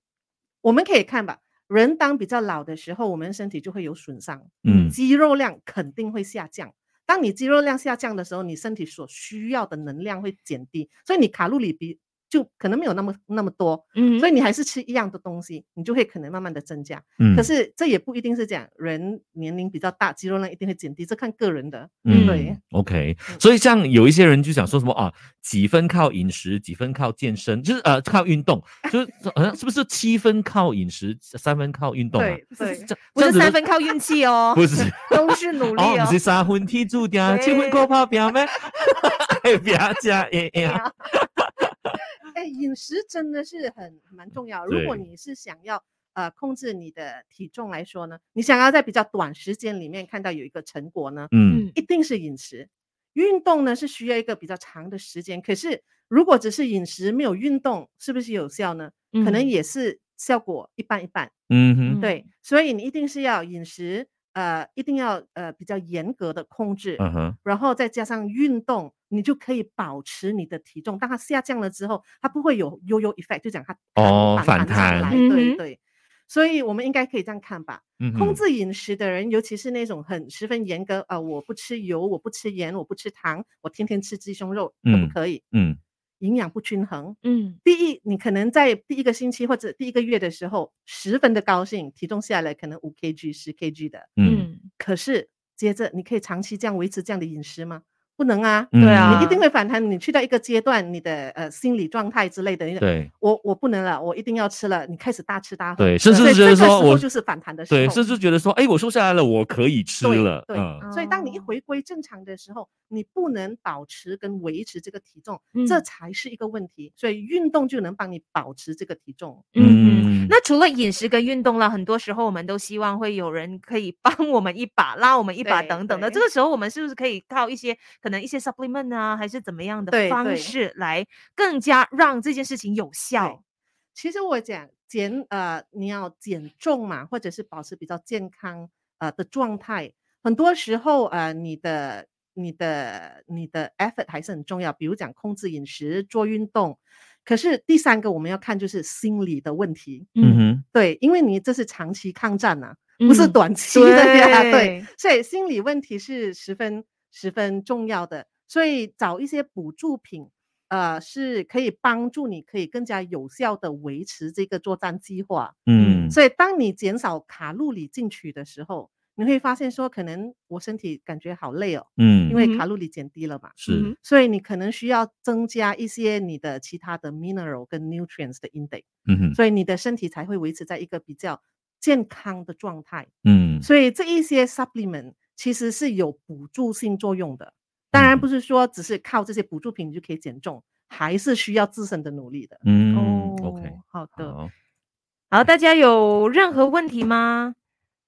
S3: 我们可以看吧，人当比较老的时候，我们身体就会有损伤，
S1: 嗯
S3: 肌肉量肯定会下降。当你肌肉量下降的时候，你身体所需要的能量会减低，所以你卡路里比就可能没有那么那么多，
S2: 嗯
S3: 所以你还是吃一样的东西，你就会可能慢慢的增加。
S1: 嗯，
S3: 可是这也不一定是讲人年龄比较大，肌肉量一定会减低，这看个人的。
S1: 嗯，
S3: 对
S1: ，OK，所以像有一些人就想说什么啊，几分靠饮食，几分靠健身，就是呃靠运动，就是呃好像是不是七分靠饮食，三分靠运动啊？
S3: 对对
S1: 这
S2: 不
S1: 这
S2: 是
S1: 样子
S2: 三分靠运气哦，
S1: 不是
S2: 都是努力
S1: 哦，
S2: 哦
S1: 不。是三分天注定，七分靠打拼咩？哎，拼加哎哎，
S3: 哎，饮食真的是很蛮重要。如果
S1: 对
S3: 你是想要呃控制你的体重来说呢，你想要在比较短时间里面看到有一个成果呢，
S1: 嗯
S2: 嗯
S3: 一定是饮食。运动呢是需要一个比较长的时间，可是如果只是饮食没有运动，是不是有效呢？可能
S2: 嗯
S3: 也是效果一半一半。
S1: 嗯哼，
S3: 对，所以你一定是要饮食，呃，一定要呃比较严格的控制，
S1: 嗯哼，
S3: 然后再加上运动，你就可以保持你的体重。当它下降了之后，它不会有悠悠 effect，就讲它
S1: 哦反
S3: 反上
S1: 弹
S3: 来对
S2: 嗯哼
S3: 对。所以我们应该可以这样看吧，
S1: 嗯哼
S3: 控制饮食的人，尤其是那种很十分严格啊、呃我不吃油，我不吃盐，我不吃糖，我天天吃鸡胸肉，可
S1: 嗯
S3: 不可以？
S1: 嗯
S3: 营养不均衡，
S2: 嗯
S3: 第一，你可能在第一个星期或者第一个月的时候，十分的高兴，体重下来可能五 kg、十 kg 的，
S1: 嗯
S2: 嗯，
S3: 可是接着你可以长期这样维持这样的饮食吗？不能啊，
S1: 嗯，
S2: 对啊
S3: 你一定会反弹。你去到一个阶段，你的呃心理状态之类的，你就
S1: 对
S3: 我我不能了，我一定要吃了，你开始大吃大喝。
S1: 对，甚
S3: 所
S1: 至
S3: 以
S1: 觉得
S3: 这
S1: 说
S3: 个时候
S1: 我
S3: 就是反弹的时候。
S1: 对，甚至觉得说哎，我瘦下来了，我可以吃
S3: 对
S1: 了，
S3: 对
S1: 嗯
S3: 所以当你一
S2: 哦
S3: 回归正常的时候，你不能保持跟维持这个体重，
S2: 嗯
S3: 这才是一个问题。所以运动就能帮你保持这个体重。
S2: 嗯嗯。
S1: 嗯
S2: 那除了饮食跟运动了，很多时候我们都希望会有人可以帮我们一把、拉我们一
S1: (laughs)
S2: 把
S3: 对
S2: 等等的。这
S3: 对
S2: 个时候，我们是不是可以靠一些可能一些 supplement 啊，还是怎么样的
S3: 对
S2: 方
S3: 对
S2: 式来更加让这件事情有效？
S3: 其实我讲减呃，你要减重嘛，或者是保持比较健康呃的状态，很多时候呃你的你的你的 effort 还是很重要，比如讲控制饮食、做运动。可是第三个我们要看就是心理的问题，
S1: 嗯哼，
S3: 对，因为你这是长期抗战呐、不是
S2: 嗯
S3: 短期的呀，
S2: 对
S3: 对，所以心理问题是十分十分重要的，所以找一些补助品，呃，是可以帮助你可以更加有效的维持这个作战计划。
S1: 嗯
S3: 所以当你减少卡路里进去的时候，你会发现说，可能我身体感觉好累哦，
S1: 嗯，
S3: 因为
S2: 嗯
S3: 卡路里减低了嘛，
S1: 是。
S2: 嗯
S3: 所以你可能需要增加一些你的其他的 mineral 跟 nutrients 的 intake，
S1: 嗯哼，
S3: 所以你的身体才会维持在一个比较健康的状态。
S1: 嗯
S3: 所以这一些 supplement 其实是有补助性作用的。当然
S1: 嗯
S3: 不是说只是靠这些补助品你就可以减重，还是需要自身的努力的。
S1: 嗯，OK，
S3: 哦好的，
S1: 好，
S2: 好，大家有任何问题吗？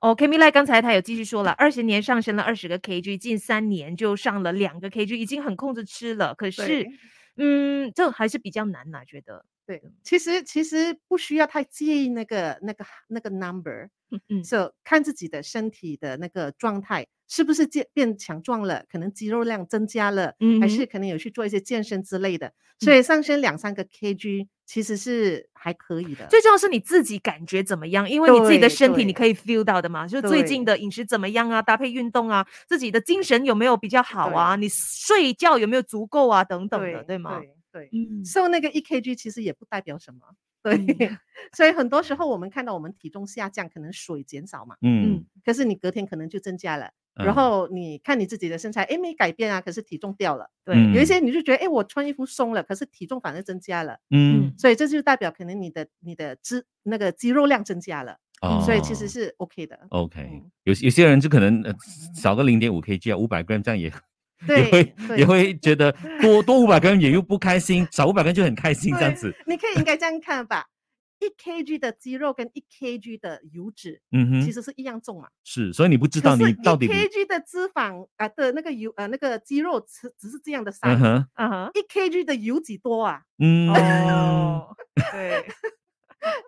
S2: 哦 k a m i l a 刚才他有继续说了，二十年上升了二十个 kg，近三年就上了两个 kg，已经很控制吃了。可是
S3: 对，
S2: 嗯，这还是比较难呐、觉得。
S3: 对，其实其实不需要太介意那个那个那个 number，
S2: 嗯嗯
S3: 就看自己的身体的那个状态是不是健变强壮了，可能肌肉量增加了，还
S2: 嗯
S3: 是
S2: 哼嗯
S3: 可能有去做一些健身之类的，所以上升两三个 kg 其实是还可以的。
S2: 最重要是你自己感觉怎么样，因为你自己的
S3: 对
S2: 身体你
S3: 对
S2: 可以 feel 到的嘛，就是最近
S3: 对
S2: 的饮食怎么样啊，搭配运动啊，自己的精神有没有比较好啊，你睡觉有没有足够啊，等等的，对吗？
S3: 对对，
S2: 嗯
S3: 瘦那个一 kg 其实也不代表什么，对，
S2: 嗯
S3: 所以很多时候我们看到我们体重下降，可能水减少嘛，
S1: 嗯，
S3: 可是你隔天可能就增加了，
S1: 嗯
S3: 然后你看你自己的身材，哎，没改变啊，可是体重掉了，
S2: 对，
S1: 嗯
S3: 有一些你就觉得，哎，我穿衣服松了，可是体重反而增加了，
S1: 嗯
S2: 嗯
S3: 所以这就代表可能你的你的脂那个肌肉量增加了，
S1: 哦
S3: 所以其实是 OK 的。
S1: OK，
S3: 嗯
S1: 有有些人就可能、呃、少个零点五 kg 啊，五百 gram 这样也 (laughs) 也
S3: 对，对
S1: 也会觉得多多五百 gram 也又不开心，少五百 gram 就很开心这样
S3: 对
S1: 子。
S3: 你可以应该这样看吧，一 kg 的肌肉跟一 kg 的油脂
S1: 嗯
S3: 其
S1: 哼，
S3: 实是一样重嘛。
S1: 是，所以你不知
S3: 可
S1: 道
S3: 是
S1: 你到底
S3: 一
S1: 你
S3: kg 的脂肪啊的那个油呃那个肌肉只只是这样的
S1: 嗯
S3: size，
S1: 哼，
S2: 嗯哼，
S3: 一 kg 的油几多啊？
S1: 嗯，
S2: 哦，对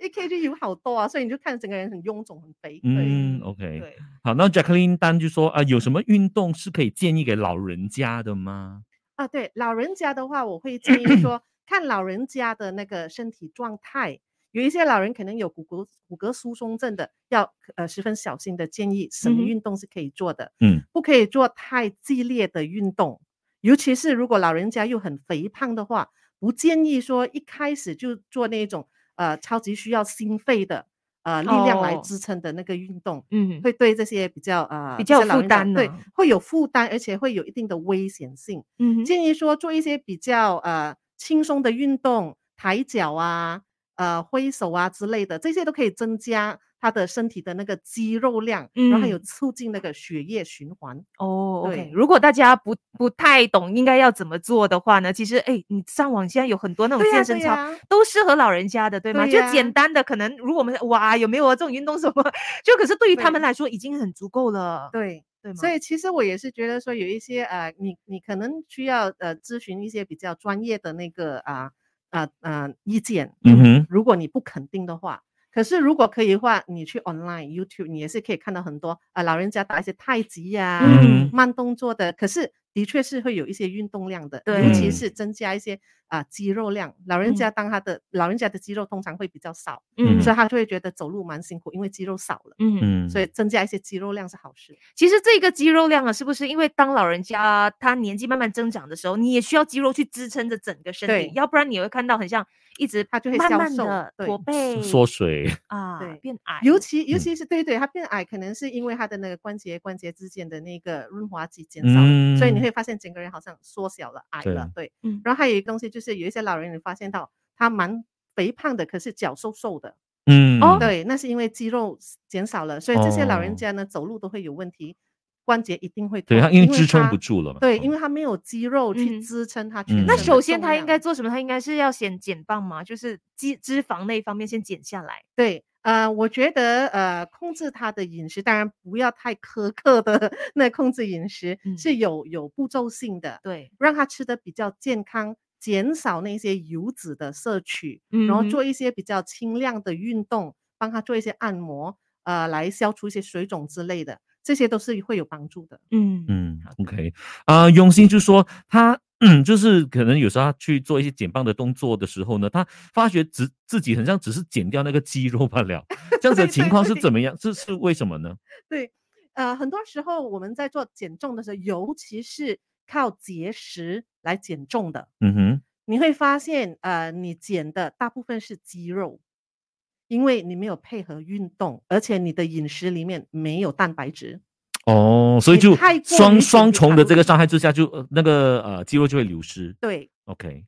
S3: 一 kg 油好多啊，所以你就看整个人很臃肿很肥。对，
S1: 嗯，OK，
S2: 对，
S1: 好，那 Jacqueline 丹就说啊、有什么运动是可以建议给老人家的吗？
S3: 啊对，老人家的话，我会建
S2: (clears throat)
S3: 议说看老人家的那个身体状态。有一些老人可能有骨骼骨骼疏松症的，要呃十分小心的建议什
S2: 嗯
S3: 么
S2: 哼
S3: 运动是可以做的。
S1: 嗯，
S3: 不可以做太激烈的运动，尤其是如果老人家又很肥胖的话，不建议说一开始就做那种呃超级需要心肺的呃力量来
S2: 哦
S3: 支撑的那个运动，
S2: 嗯，
S3: 会对这些比较呃
S2: 比
S3: 这
S2: 较
S3: 些老
S2: 负
S3: 人家
S2: 担
S3: 对
S2: 呐
S3: 会有负担，而且会有一定的危险性。
S2: 嗯哼
S3: 建议说做一些比较呃轻松的运动，抬脚啊、呃挥手啊之类的，这些都可以增加他的身体的那个肌肉量，然后还有
S2: 嗯
S3: 促进那个血液循环。
S2: 哦
S3: 对
S2: ，OK，如果大家不不太懂应该要怎么做的话呢，其实哎，你上网现在有很多那种
S3: 对呀
S2: 健身
S3: 对
S2: 操，
S3: 呀
S2: 都适合老人家的，对吗？
S3: 对
S2: 就
S3: 呀
S2: 简单的，可能如果我们哇有没有啊这种运动什么，就可是对于他们
S3: 对
S2: 来说已经很足够了，
S3: 对，
S2: 对吗？
S3: 所以其实我也是觉得说有一些呃，你你可能需要呃咨询一些比较专业的那个啊啊啊意见。
S1: 嗯哼，
S3: 如果你不肯定的话，可是如果可以的话，你去 online YouTube，你也是可以看到很多啊、呃老人家打一些太极呀、
S1: (laughs) 嗯
S3: 慢动作的，可是的确是会有一些运动量的，
S2: 对
S3: 尤其
S1: 嗯
S3: 是增加一些啊、肌肉量。老人家当他的、老人家的肌肉通常会比较少，
S1: 嗯
S3: 所以他就会觉得走路蛮辛苦，因为肌肉少了，
S2: 嗯
S1: 嗯，哎
S3: 所以增加一些肌肉量是好事。
S2: 其实这个肌肉量啊，是不是因为当老人家他年纪慢慢增长的时候，你也需要肌肉去支撑着整个身体
S3: 对，
S2: 要不然你会看到很像一直
S3: 它就会
S2: 慢
S3: 消
S2: 慢
S3: 瘦
S2: 的
S3: 对
S2: 驼背
S1: 缩水，
S2: 啊
S3: 对
S2: 变矮，
S3: 尤其尤
S1: 嗯
S3: 其是对对，它变矮可能是因为它的那个关节关节之间的那个润滑剂减少了，所以你
S1: 嗯
S3: 会发现整个人好像缩小了、矮了。对，
S2: 嗯
S3: 然后还有一个东西就是有一些老人你发现到他蛮肥胖的，可是脚瘦瘦的，
S1: 嗯，
S2: 哦，
S3: 对，那是因为肌肉减少了，所以这些老
S1: 哦
S3: 人家呢、走路都会有问题，关节一定会
S1: 对，
S3: 痛
S1: 他因为支撑
S3: 他
S1: 不住了嘛，
S3: 对，
S1: 嗯
S3: 因为他没有肌肉去
S2: 嗯
S3: 支撑他
S1: 嗯
S3: 全身
S2: 那
S3: 的
S2: 首先
S3: 重
S2: 他应
S3: 量
S2: 该做什么？他应该是要先减磅嘛，就是肌脂肪那一方面先减下来。
S3: 对，呃，我觉得呃，控制他的饮食，当然不要太苛刻的 (laughs) 那控制饮食、
S2: 嗯
S3: 是有有步骤性的，
S2: 对，
S3: 让他吃的比较健康，减少那些油脂的摄取，然后
S2: 嗯哼
S3: 做一些比较轻量的运动，帮他做一些按摩，呃，来消除一些水肿之类的，这些都是会有帮助的。
S2: 嗯
S1: 嗯
S2: 好的
S1: ，OK，啊，用心就说他，嗯，就是可能有时候他去做一些减磅的动作的时候呢，他发觉只自己很像只是减掉那个肌肉罢了，这样子的
S3: 对
S1: 情
S3: 对
S1: 况是
S3: 对
S1: 怎么样？这是为什么呢？
S3: 呃，很多时候我们在做减重的时候，尤其是靠节食来减重的，
S1: 嗯哼，
S3: 你会发现，呃，你减的大部分是肌肉，因为你没有配合运动，而且你的饮食里面没有蛋白质。
S1: 哦，所以
S3: 你
S1: 就
S3: 太过于
S1: 双
S3: 紧
S1: 双
S3: 闭
S1: 重
S3: 卡
S1: 的
S3: 路
S1: 这个
S3: 里
S1: 伤害之下就，呃那个呃肌肉就会流失。
S3: 对
S1: OK，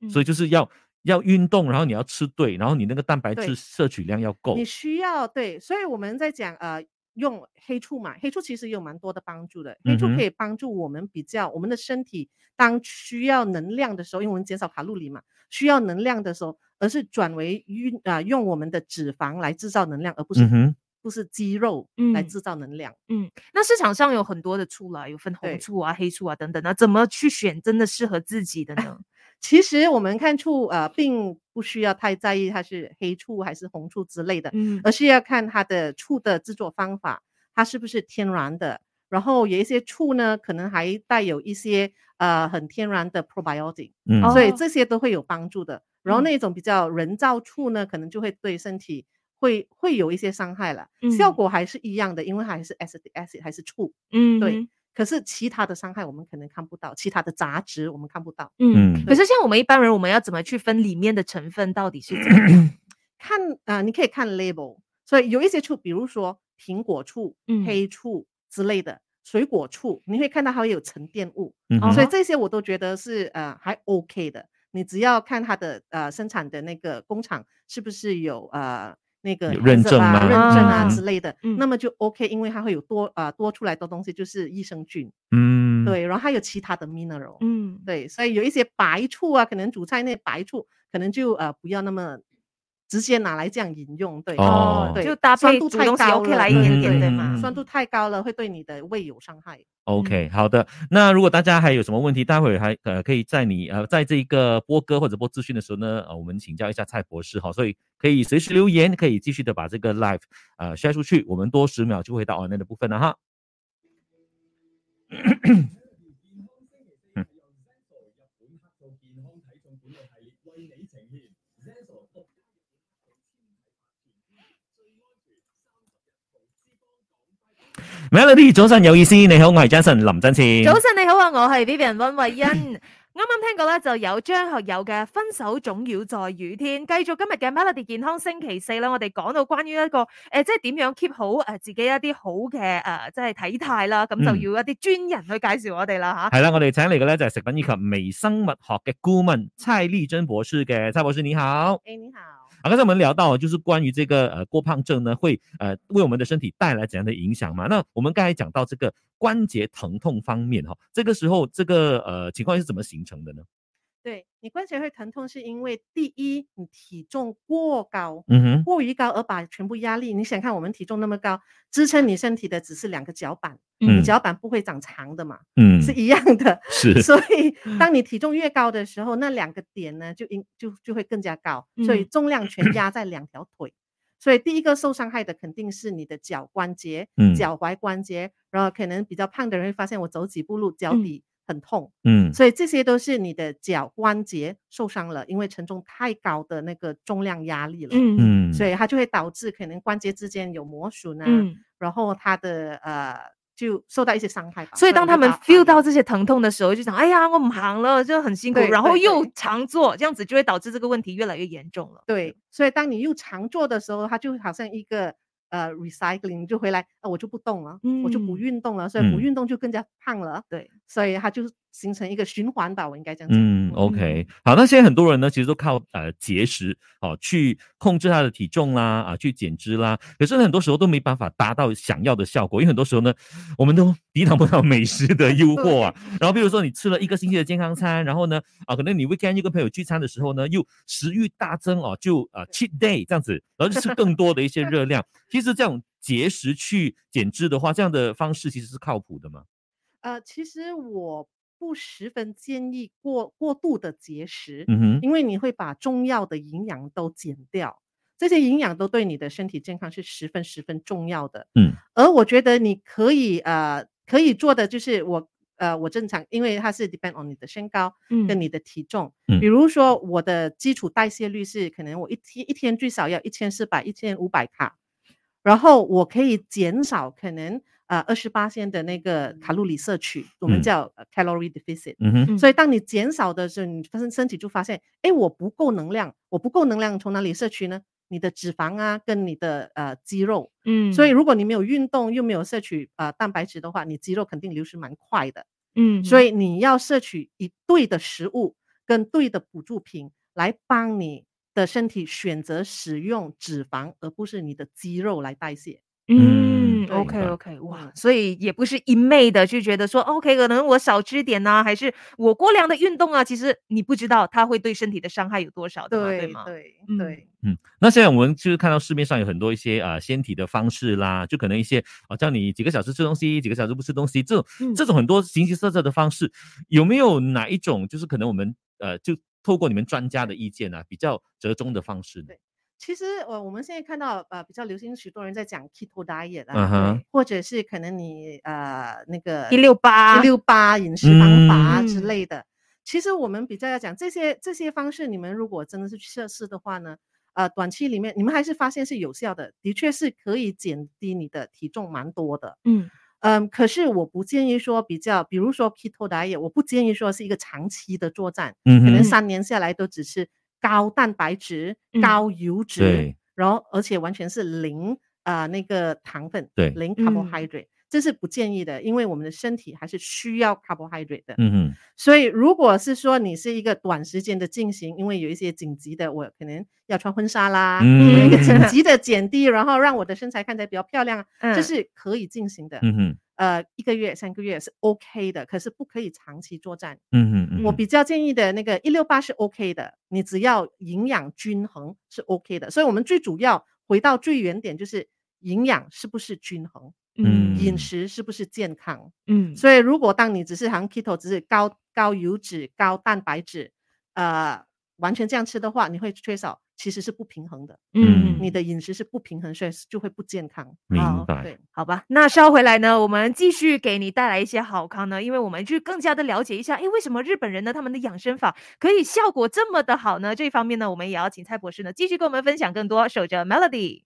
S2: 嗯
S1: 所以就是要要运动，然后你要吃对，然后你那个蛋白
S3: 对
S1: 质摄取量要够
S3: 你。需要对，所以我们在讲呃。用黑醋嘛，黑醋其实有蛮多的帮助的。黑醋
S1: 嗯
S3: 可
S1: 哼
S3: 以帮助我们比较我们的身体，当需要能量的时候，因为我们减少卡路里嘛，需要能量的时候，而是转为运啊、用我们的脂肪来制造能量，而不是、
S1: 嗯哼，
S3: 不是肌肉来
S2: 嗯
S3: 制造能量。
S2: 嗯，那市场上有很多的醋啦，有分红
S3: 对
S2: 醋啊、黑醋啊等等那怎么去选真的适合自己的呢？
S3: 其实我们看出，呃，并不需要太在意它是黑醋还是红醋之类的，
S2: (laughs) 嗯
S3: 而是要看它的醋的制作方法，它是不是天然的。然后有一些醋呢，可能还带有一些呃很天然的 probiotic，、
S1: 嗯，
S2: 哦
S3: 所以这些都会有帮助的。然后
S2: 嗯
S3: 那种比较人造醋呢，可能就会对身体会会有一些伤害了，效
S2: 嗯
S3: 果还是一样的，因为还是 acetic acid 还是醋，
S2: 嗯
S3: 对
S2: 哼
S3: 可是其他的伤害我们可能看不到，其他的杂质我们看不到。
S2: 嗯，
S1: 嗯
S2: 可是像我们一般人，我们要怎么去分里面的成分到底是怎么样？
S3: 看啊、呃你可以看 label，所以有一些醋，比如说苹果醋、
S2: 嗯
S3: 黑醋之类的水果醋，你会看到它会有沉淀物，
S1: 嗯
S2: 哦
S1: 哼
S3: 所以这些我都觉得是呃还 OK 的。你只要看它的呃生产的那个工厂是不是有呃那个
S1: 有
S3: hazard
S1: 认证
S3: 啊
S1: 吗
S3: 认证啊
S2: 嗯
S3: 之类的，
S2: 嗯
S3: 那么就 OK，因为它会有多啊、多出来的东西就是益生菌，
S1: 嗯，
S3: 对，然后还有其他的 mineral，、
S2: 嗯，
S3: 对，所以有一些白醋啊，可能煮菜那些白醋可能就呃不要那么直接拿来这样饮用，对，
S1: 哦
S3: 对，
S2: 就搭
S3: 酸
S2: 配
S3: 度
S2: 煮
S3: 太
S2: 东西
S3: 高
S2: OK
S3: 了
S2: 来一
S3: 对
S2: 点
S1: 嗯
S2: 点对
S1: 嗯
S2: 吗？
S3: 酸度太高了会对你的胃有伤害。
S1: OK，好的。那如果大家还有什么问题，待会儿还呃可以在你呃在这一个播歌或者播资讯的时候呢，呃我们请教一下蔡博士哈，所以可以随时留言，可以继续的把这个 live 呃 share 出去，我们多十秒就回到 online 的部分了哈。Melody 早晨有意思，你好，我係 Jason 林振前。
S2: 早晨你好啊，我係 Vivian 温慧欣。啱啱聽過咧，就有張學友嘅《分手總要在雨天》。繼續今日嘅 Melody 健康星期四啦，我哋講到關於一個诶、呃即係點樣 keep 好诶、呃自己一啲好嘅诶、呃即係體態啦。咁
S1: 嗯
S2: 就要一啲專人去介紹我哋
S1: (laughs)
S2: 啦吓。
S1: 系啦，我哋請嚟嘅咧就係食品以及微生物學嘅顧問蔡麗珍博士嘅，蔡博士你好。
S3: 哎，你好，
S1: 啊，刚才我们聊到啊就是关于这个呃过胖症呢，会呃为我们的身体带来怎样的影响嘛？那我们刚才讲到这个关节疼痛方面哈、这个时候这个呃情况是怎么形成的呢？
S3: 对你关节会疼痛是因为第一，你体重过高。
S1: 嗯哼，
S3: 过于高而把全部压力，你想看我们体重那么高，支撑你身体的只是两个脚板，
S1: 嗯
S3: 你脚板不会长长的嘛，
S1: 嗯，
S3: 是一样的。
S1: 是
S3: 所以当你体重越高的时候，那两个点呢，就应就就会更加高，所以
S2: 嗯
S3: 重量全压在两条腿。所以第一个受伤害的肯定是你的脚关节、
S1: 嗯
S3: 脚踝关节，然后可能比较胖的人会发现我走几步路脚
S2: 嗯
S3: 底很痛，
S1: 嗯
S3: 所以这些都是你的脚关节受伤了，因为承重太高的那个重量压力了。
S2: 嗯
S1: 嗯，
S3: 所以它就会导致可能关节之间有磨损啊，
S2: 嗯，
S3: 然后它的呃就受到一些伤害吧。
S2: 所以当他们 feel 到
S3: 这，
S2: 这些疼痛的时候，就想哎呀，我唔行了，就很辛苦，
S3: 对
S2: 然后
S3: 对
S2: 又
S3: 对
S2: 常做，这样子就會導致這個問題越來越嚴重了。
S3: 对，所以当你又常做的时候，它就好像一个呃 recycling 就回来，啊，我就不动了，我就不
S2: 嗯
S3: 运动了，所以不
S1: 嗯
S3: 运动就更加胖了。
S2: 對，
S3: 所以它就形成一个循环吧，我应该这样讲。
S1: 嗯，OK，好，那现在很多人呢，其实都靠呃节食哦去控制他的体重啦，啊去减脂啦，可是呢很多时候都没办法达到想要的效果，因为很多时候呢，我们都抵挡不了美食的诱惑啊。然后比如说你吃了一个星期的健康餐，然后呢，啊，可能你 weekend 又跟朋友聚餐的时候呢，又食欲大增哦，就啊 cheat day 这样子，然后就吃更多的一些热量。其实这种节食去减脂的话，这样的方式其实是靠谱的嘛。
S3: 呃，其实我不十分建议过过度的节食，
S1: 嗯哼，
S3: 因为你会把中药的营养都减掉，这些营养都对你的身体健康是十分十分重要的。
S1: 嗯，
S3: 而我觉得你可以呃可以做的就是我呃我正常，因为它是 depend on 你的身高
S2: 嗯
S3: 跟你的体重，
S1: 嗯
S3: 比如说我的基础代谢率是可能我一天一天最少要一千四百一千五百卡，然后我可以减少可能呃二十八线的那个卡路里摄取，我
S1: 嗯
S3: 们叫呃 calorie deficit。
S1: 嗯哼，
S3: 所以当你减少的时候，你身身体就发现，哎，我不够能量，我不够能量从哪里摄取呢？你的脂肪啊，跟你的呃肌肉。
S2: 嗯
S3: 所以如果你没有运动，又没有摄取呃蛋白质的话，你肌肉肯定流失蛮快的。
S2: 嗯
S3: 所
S2: 以
S3: 以你要摄取一对的食物跟对的补助品，来帮你的身体选择使用脂肪，而不是你的肌肉来代谢。
S2: 嗯
S1: 嗯对
S2: ，OK
S1: 明白
S2: OK，哇，所以也不是一昧的去觉得说 OK，可能我少吃点呐、还是我过量的运动啊，其实你不知道它会对身体的伤害有多少的嘛，对
S3: 对
S2: 吗？
S3: 对
S2: 嗯
S3: 对，
S1: 那现在我们就是看到市面上有很多一些啊、呃、纤体的方式啦，就可能一些啊叫你几个小时吃东西，几个小时不吃东西，这种
S2: 嗯
S1: 这种很多形形色色的方式，有没有哪一种就是可能我们呃就透过你们专家的意见啊，比较折中的方式呢？
S3: 其实呃，我们现在看到呃比较流行，许多人在讲 keto diet
S1: 嗯
S3: 啊，
S1: 哼，
S3: 或者是可能你呃那个
S2: 一六八
S3: 一六八饮食方法啊之
S2: 啊嗯
S3: 类的。其实我们比较要讲这些这些方式，你们如果真的是去测试的话呢，呃，短期里面你们还是发现是有效的，的确是可以减低你的体重蛮多的。
S2: 嗯
S3: 嗯，可是我不建议说比较，比如说 keto diet，我不建议说是一个长期的作战，
S1: 嗯
S3: 可能
S1: 哼，
S3: 三年下来都只是高蛋白质、
S2: 嗯
S3: 高油脂，
S1: 对
S3: 然后而且完全是零啊、呃那个糖分，
S1: 对
S3: 零
S2: 嗯
S3: carbohydrate，、这是不建议的，因为我们的身体还是需要 carbohydrate 的。
S1: 嗯哼，
S3: 所以，如果是说你是一个短时间的进行，因为有一些紧急的，我可能要穿婚纱啦，
S1: 嗯
S3: 有一个紧急的减低，然后让我的身材看起来比较漂亮，
S2: 嗯
S3: 这是可以进行的。
S1: 嗯哼，
S3: 呃，一个月、三个月是 OK 的，可是不可以长期作战。
S1: 嗯哼，嗯哼
S3: 我比较建议的那个一六八是 OK 的，你只要营养均衡是 OK 的。所以，我们最主要回到最原点，就是营养是不是均衡，
S1: 嗯
S3: 饮食是不是健康。
S2: 嗯
S3: 所以，如果当你只是含 keto，只是高高油脂、高蛋白质，呃，完全这样吃的话，你会缺少，其实是不平衡的。
S1: 嗯
S3: 你的饮食是不平衡，所以就会不健康。
S1: 明
S2: 好
S1: 白。
S3: 对，
S2: 好吧，那稍回来呢，我们继续给你带来一些好康呢，因为我们去更加的了解一下，诶，为什么日本人呢他们的养生法可以效果这么的好呢？这一方面呢，我们也要请蔡博士呢继续跟我们分享更多。守着 Melody，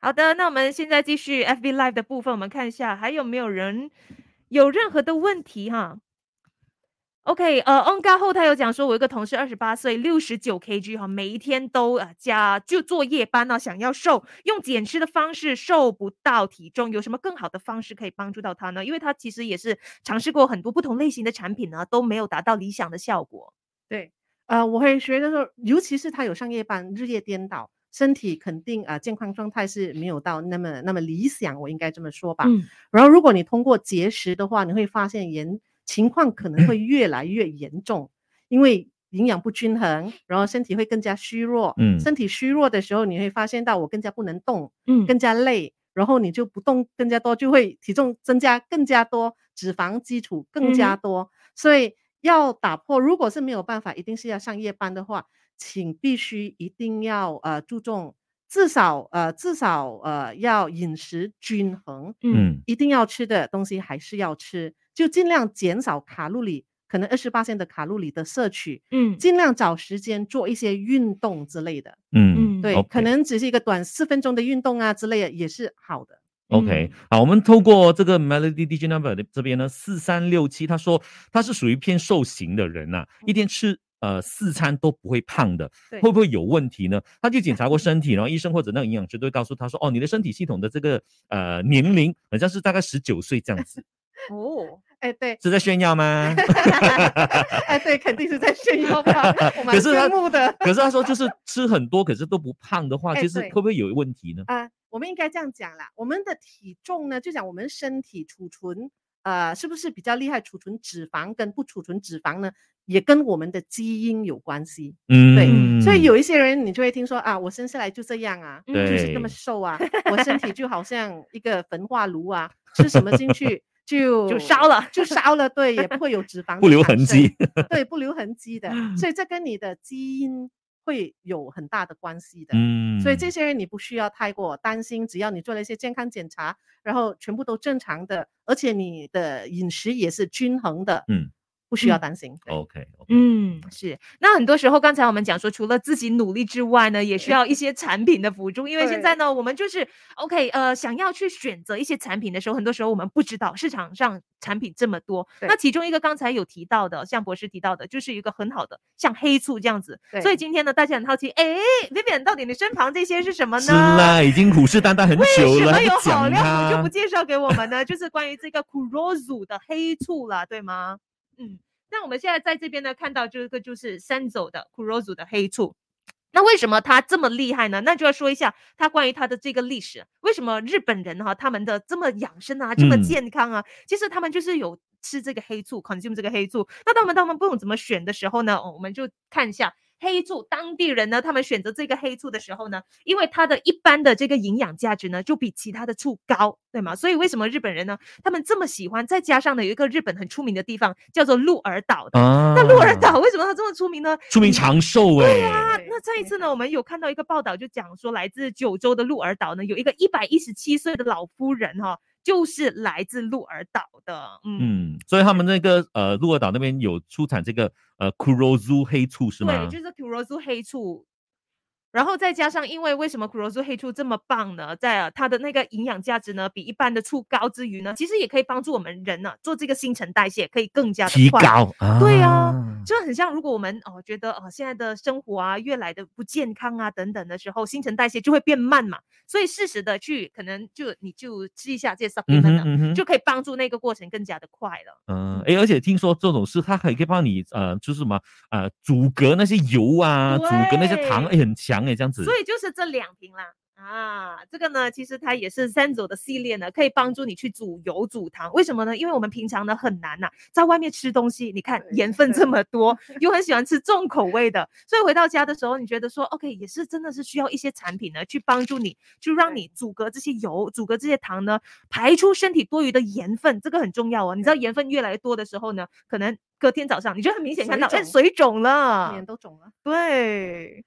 S2: 好的，那我们现在继续 FB Live 的部分，我们看一下还有没有人有任何的问题哈。OK，呃，Onga 后台有讲说，我有一个同事二十八岁，六十九 kg 哈，每一天都啊加就做夜班呢、想要瘦，用减吃的方式瘦不到体重，有什么更好的方式可以帮助到他呢？因为他其实也是尝试过很多不同类型的产品呢，啊都没有达到理想的效果。
S3: 对，呃，我会觉得说，尤其是他有上夜班，日夜颠倒，身体肯定啊、呃健康状态是没有到那么那么理想，我应该这么说吧。
S2: 嗯
S3: 然后，如果你通过节食的话，你会发现严情况可能会越来越严重，因为营养不均衡，然后身体会更加虚弱。
S1: 嗯
S3: 身体虚弱的时候，你会发现到我更加不能动，
S2: 嗯
S3: 更加累，然后你就不动更加多，就会体重增加更加多，脂肪基础更加
S2: 嗯
S3: 多。所以要打破，如果是没有办法，一定是要上夜班的话，请必须一定要呃注重。至少呃，至少呃，要饮食均衡，
S1: 嗯
S3: 一定要吃的东西还是要吃，就尽量减少卡路里，可能二十八的卡路里的摄取，
S2: 嗯
S3: 尽量找时间做一些运动之类的。
S1: 嗯
S3: 对，
S1: OK
S3: 可能只是一个短四分钟的运动啊之类的也是好的。
S1: ，OK，
S2: 嗯
S1: 好，我们透过这个 Melody DJ number 的这边呢，四三六七，他说他是属于偏瘦型的人呐、
S3: 嗯
S1: 一天吃。呃，四餐都不会胖的，
S3: 对
S1: 会不会有问题呢？他去检查过
S3: (laughs)
S1: 身体，然后医生或者那个营养师都会告诉他说，哦，你的身体系统的这个呃年龄好像是大概十九岁这样
S3: (laughs)
S1: 子，
S2: 哦，
S3: 哎，对，
S1: 是在炫耀吗？
S3: 哎，对，肯定是在炫
S1: (laughs)
S3: 耀吧， (laughs) 我蛮
S1: 可是他
S3: 羡慕的。
S1: 可是他说就是吃很多，可是都不胖的话，
S3: 哎
S1: 其实
S3: 对
S1: 会不会有问题呢？
S3: 啊、我们应该这样讲啦，我们的体重呢，就讲我们身体储存，呃，是不是比较厉害储存脂肪跟不储存脂肪呢，也跟我们的基因有关系。
S1: 嗯，
S3: 对所以有一些人你就会听说啊，我生下来就这样啊，
S2: 嗯
S3: 就是这么
S1: 对
S3: 瘦啊，我身体就好像一个焚化炉啊，吃什么进
S1: (laughs)
S3: 去就
S2: 烧了
S3: 哦就烧了，对，也不会有脂肪的
S1: 不留
S3: 产
S1: 痕
S3: 生
S1: 迹，
S3: 对，不留痕迹的，
S1: (laughs)
S3: 所以这跟你的基因会有很大的关系的。
S1: 嗯，
S3: 所以这些人你不需要太过担心，只要你做了一些健康检查，然后全部都正常的，而且你的饮食也是均衡的，
S1: 嗯，哦
S3: 不需要
S2: 嗯
S3: 担心。对
S1: OK，
S2: 嗯，是。那很多时候，刚才我们讲说，除了自己努力之外呢，也需要一些产品的辅助。因为现在呢，我们就是 OK，呃，想要去选择一些产品的时候，很多时候我们不知道市场上产品这么多。那
S3: 对
S2: 其中一个刚才有提到的，像博士提到的，就是一个很好的，像黑醋这样子。所以
S3: 对
S2: 今天呢，大家很好奇，哎，Vivian 到底你身旁这些是什么
S1: 是
S2: 呢？
S1: 啦，已经虎视眈眈很久
S2: 为什
S1: 了，
S2: 么
S1: 还
S2: 有好
S1: 讲啊
S2: 料你就
S1: 它
S2: 不介绍给我们呢？ (laughs) 就是关于这个 Kurozu 的黑醋啦，对吗？嗯，那我们现在在这边呢看到这个就是三走的 Kurozu 的黑醋。那为什么它这么厉害呢？那就要说一下它关于它的这个历史。为什么日本人哈、他们的这么养生啊，这么
S1: 嗯
S2: 健康啊？其实他们就是有吃这个黑醋，consume 这个黑醋。那当我们当我们不懂怎么选的时候呢，哦我们就看一下黑醋当地人呢，他们选择这个黑醋的时候呢，因为它的一般的这个营养价值呢，就比其他的醋高，对吗？所以为什么日本人呢，他们这么喜欢？再加上呢，有一个日本很出名的地方叫做鹿儿岛的。
S1: 啊。
S2: 那鹿儿岛为什么它这么出名呢？
S1: 出名长寿哎、
S2: 啊，
S3: 对
S2: 那这一
S3: 没
S2: 次呢，
S3: 错
S2: 我们有看到一个报道，就讲说来自九州的鹿儿岛呢，有一个一百一十七岁的老夫人哈、就是来自鹿儿岛的，嗯，
S1: 嗯，所以他们那个呃鹿儿岛那边有出产这个呃 Kurozu 黑醋是
S2: 对，
S1: 吗？
S2: 就是 Kurozu 黑醋。然后再加上，因为为什么 Kurozu 黑醋这么棒呢？在、啊、它的那个营养价值呢，比一般的醋高之余呢，其实也可以帮助我们人呢、做这个新陈代谢，可以更加的
S1: 提
S2: 快。
S1: 高啊，
S2: 对啊
S1: 呀，
S2: 就很像，如果我们哦觉得哦现在的生活啊越来的不健康啊等等的时候，新陈代谢就会变慢嘛，所以适时的去可能就你就吃一下这些
S1: 嗯哼
S2: supplement 啊，
S1: 嗯哼，
S2: 就可以帮助那个过程更加的快了。
S1: 嗯，诶，而且听说这种事它还可以帮你呃，就是什么呃，阻隔那些油啊，阻隔那些糖，诶，很强诶，这样子。
S2: 所以就是这两瓶啦。啊，这个呢，其实它也是三组的系列呢，可以帮助你去煮油、煮糖。为什么呢？因为我们平常呢很难呐、在外面吃东西，你看
S3: 对
S2: 盐分
S3: 对
S2: 这么多，又很喜欢吃重口味的，所以回到家的时候，你觉得说，OK，也是真的是需要一些产品呢，去帮助你，就让
S3: 对
S2: 你阻隔这些油、阻隔这些糖呢，排出身体多余的盐分，这个很重要啊。你知道盐分越来越多的时候呢，可能隔天早上你就很明显看
S3: 水
S2: 到，哎，
S3: 肿
S2: 水肿了
S1: 啊
S3: 脸。都肿了。
S2: 对，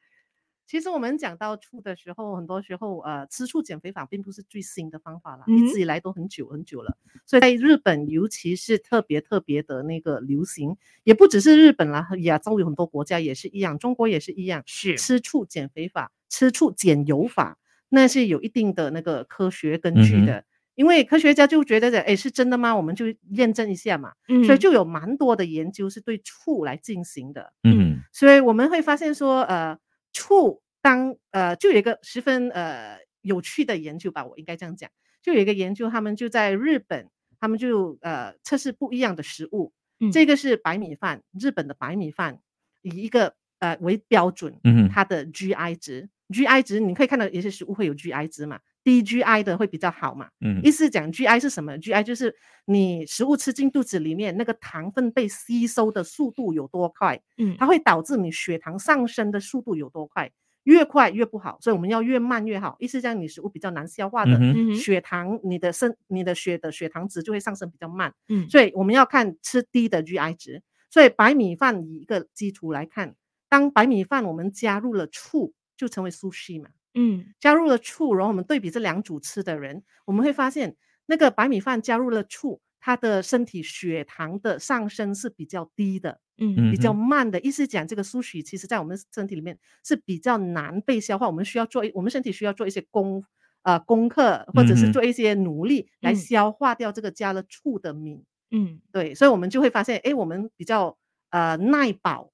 S3: 其实我们讲到醋的时候，很多时候呃，吃醋减肥法并不是最新的方法啦，
S2: 嗯
S3: 一直以来都很久很久了。所以在日本，尤其是特别特别的那个流行，也不只是日本啦，亚洲有很多国家也是一样，中国也是一样，
S2: 是
S3: 吃醋减肥法、吃醋减油法，那是有一定的那个科学根
S1: 嗯哼
S3: 据的。因为科学家就觉得，哎，是真的吗？我们就验证一下嘛。所以
S2: 嗯
S3: 就有蛮多的研究是对醋来进行的。
S1: 嗯
S3: 所以我们会发现说，呃，醋当呃就有一个十分呃有趣的研究吧，我应该这样讲，就有一个研究，他们就在日本，他们就呃测试不一样的食物，
S2: 嗯
S3: 这个是白米饭，日本的白米饭，以一个呃为标准，
S1: 嗯哼
S3: 它的 GI 值，GI 值你可以看到有些食物会有 GI 值嘛，低 GI 的会比较好嘛。
S1: 嗯
S3: 意思讲 GI 是什么？GI 就是你食物吃进肚子里面，那个糖分被吸收的速度有多快，
S2: 嗯
S3: 它会导致你血糖上升的速度有多快，越快越不好，所以我们要越慢越好。意思讲你食物比较难消化的，
S1: 嗯哼
S2: 嗯哼
S3: 血糖你的身你的血的血糖值就会上升比较慢，
S2: 嗯
S3: 所以我们要看吃低的 GI 值。所以白米饭以一个基础来看，当白米饭我们加入了醋，就成为苏西嘛。
S2: 嗯
S3: 加入了醋，然后我们对比这两组吃的人，我们会发现那个白米饭加入了醋，他的身体血糖的上升是比较低的，
S2: 嗯
S1: 嗯
S3: 比较
S1: 哼
S3: 慢的。意思讲，这个苏许其实在我们身体里面是比较难被消化，我们需要做一，我们身体需要做一些功呃功课，或者
S1: 嗯哼
S3: 是做一些努力来
S2: 嗯
S3: 消化掉这个加了醋的米。
S2: 嗯
S3: 对，所以我们就会发现，哎，我们比较呃耐饱，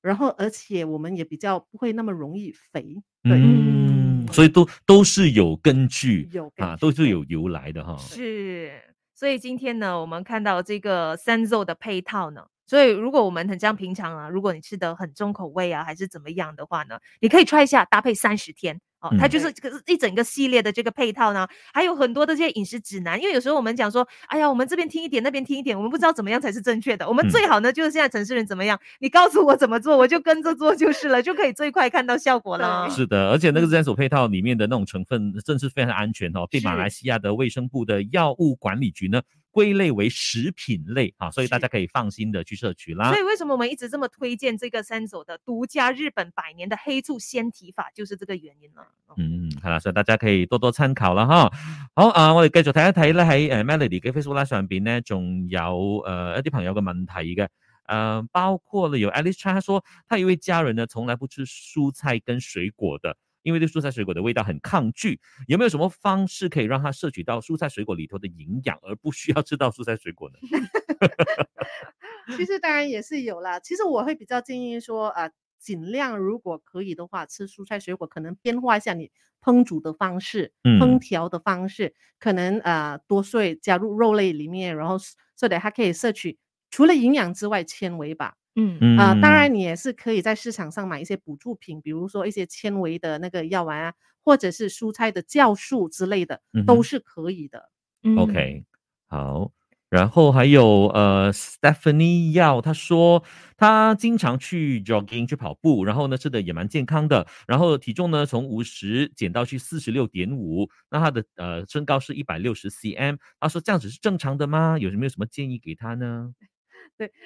S3: 然后而且我们也比较不会那么容易肥。
S1: 嗯，所以都都是有根据
S3: 有根
S1: 啊，
S3: 据
S1: 都是
S3: 对
S1: 有由来的哈。
S2: 是。所以今天呢，我们看到这个三肉的配套呢，所以如果我们很像平常啊，如果你吃的很重口味啊，还是怎么样的话呢，你可以 try 一下搭配三十天。哦，它
S1: 嗯
S2: 就是这个一整个系列的这个配套呢，还有很多的这些饮食指南。因为有时候我们讲说，哎呀，我们这边听一点，那边听一点，我们不知道怎么样才是正确的。我们
S1: 嗯
S2: 最好呢，就是现在城市人怎么样，你告诉我怎么做，我就跟着做就是了，就可以最快看到效果
S3: 对
S2: 了。
S1: 是的，而且那个自然手配套里面的那种成分，真是非常安全哦，被马
S3: 是
S1: 来西亚的卫生部的药物管理局呢归类为食品类啊，所以大
S3: 是
S1: 家可以放心的去摄取啦
S2: 所。以为什么我们一直这么推荐这个三走的独家日本百年的黑醋先提法，就是这个原因了。嗯
S1: 嗯，系啦，所以大家可以多多參考啦，哈。好啊、我哋繼續睇一睇咧喺诶 Melody 嘅 Facebook Live 上边咧，仲有诶、呃一啲朋友嘅問題嘅。呃，包括了有 Alice Chan，她说她有一位家人呢，從來不吃蔬菜跟水果的，因為對蔬菜水果的味道很抗拒。有沒有什麼方式可以讓她攝取到蔬菜水果裏頭的營養，而不需要吃到蔬菜水果呢？
S3: 其实当然也是有啦。其实我会比较建议说，啊，尽量如果可以的话，吃蔬菜水果，可能变化一下你烹煮的方式、烹
S1: 嗯
S3: 调的方式，可能呃多碎加入肉类里面，然后所以它可以摄取除了营养之外纤维吧。
S2: 嗯
S3: 啊、当然你也是可以在市场上买一些补助品，比如说一些纤维的那个药丸啊，或者是蔬菜的酵素之类的，
S1: 嗯哼
S3: 都是可以的。
S2: 嗯
S1: OK，好。然后还有呃，Stephanie 要她说她经常去 jogging 去跑步，然后呢吃的也蛮健康的，然后体重呢从五十减到去四十六点五，那她的呃身高是一百六十 cm，她说这样子是正常的吗？有没有什么建议给她呢？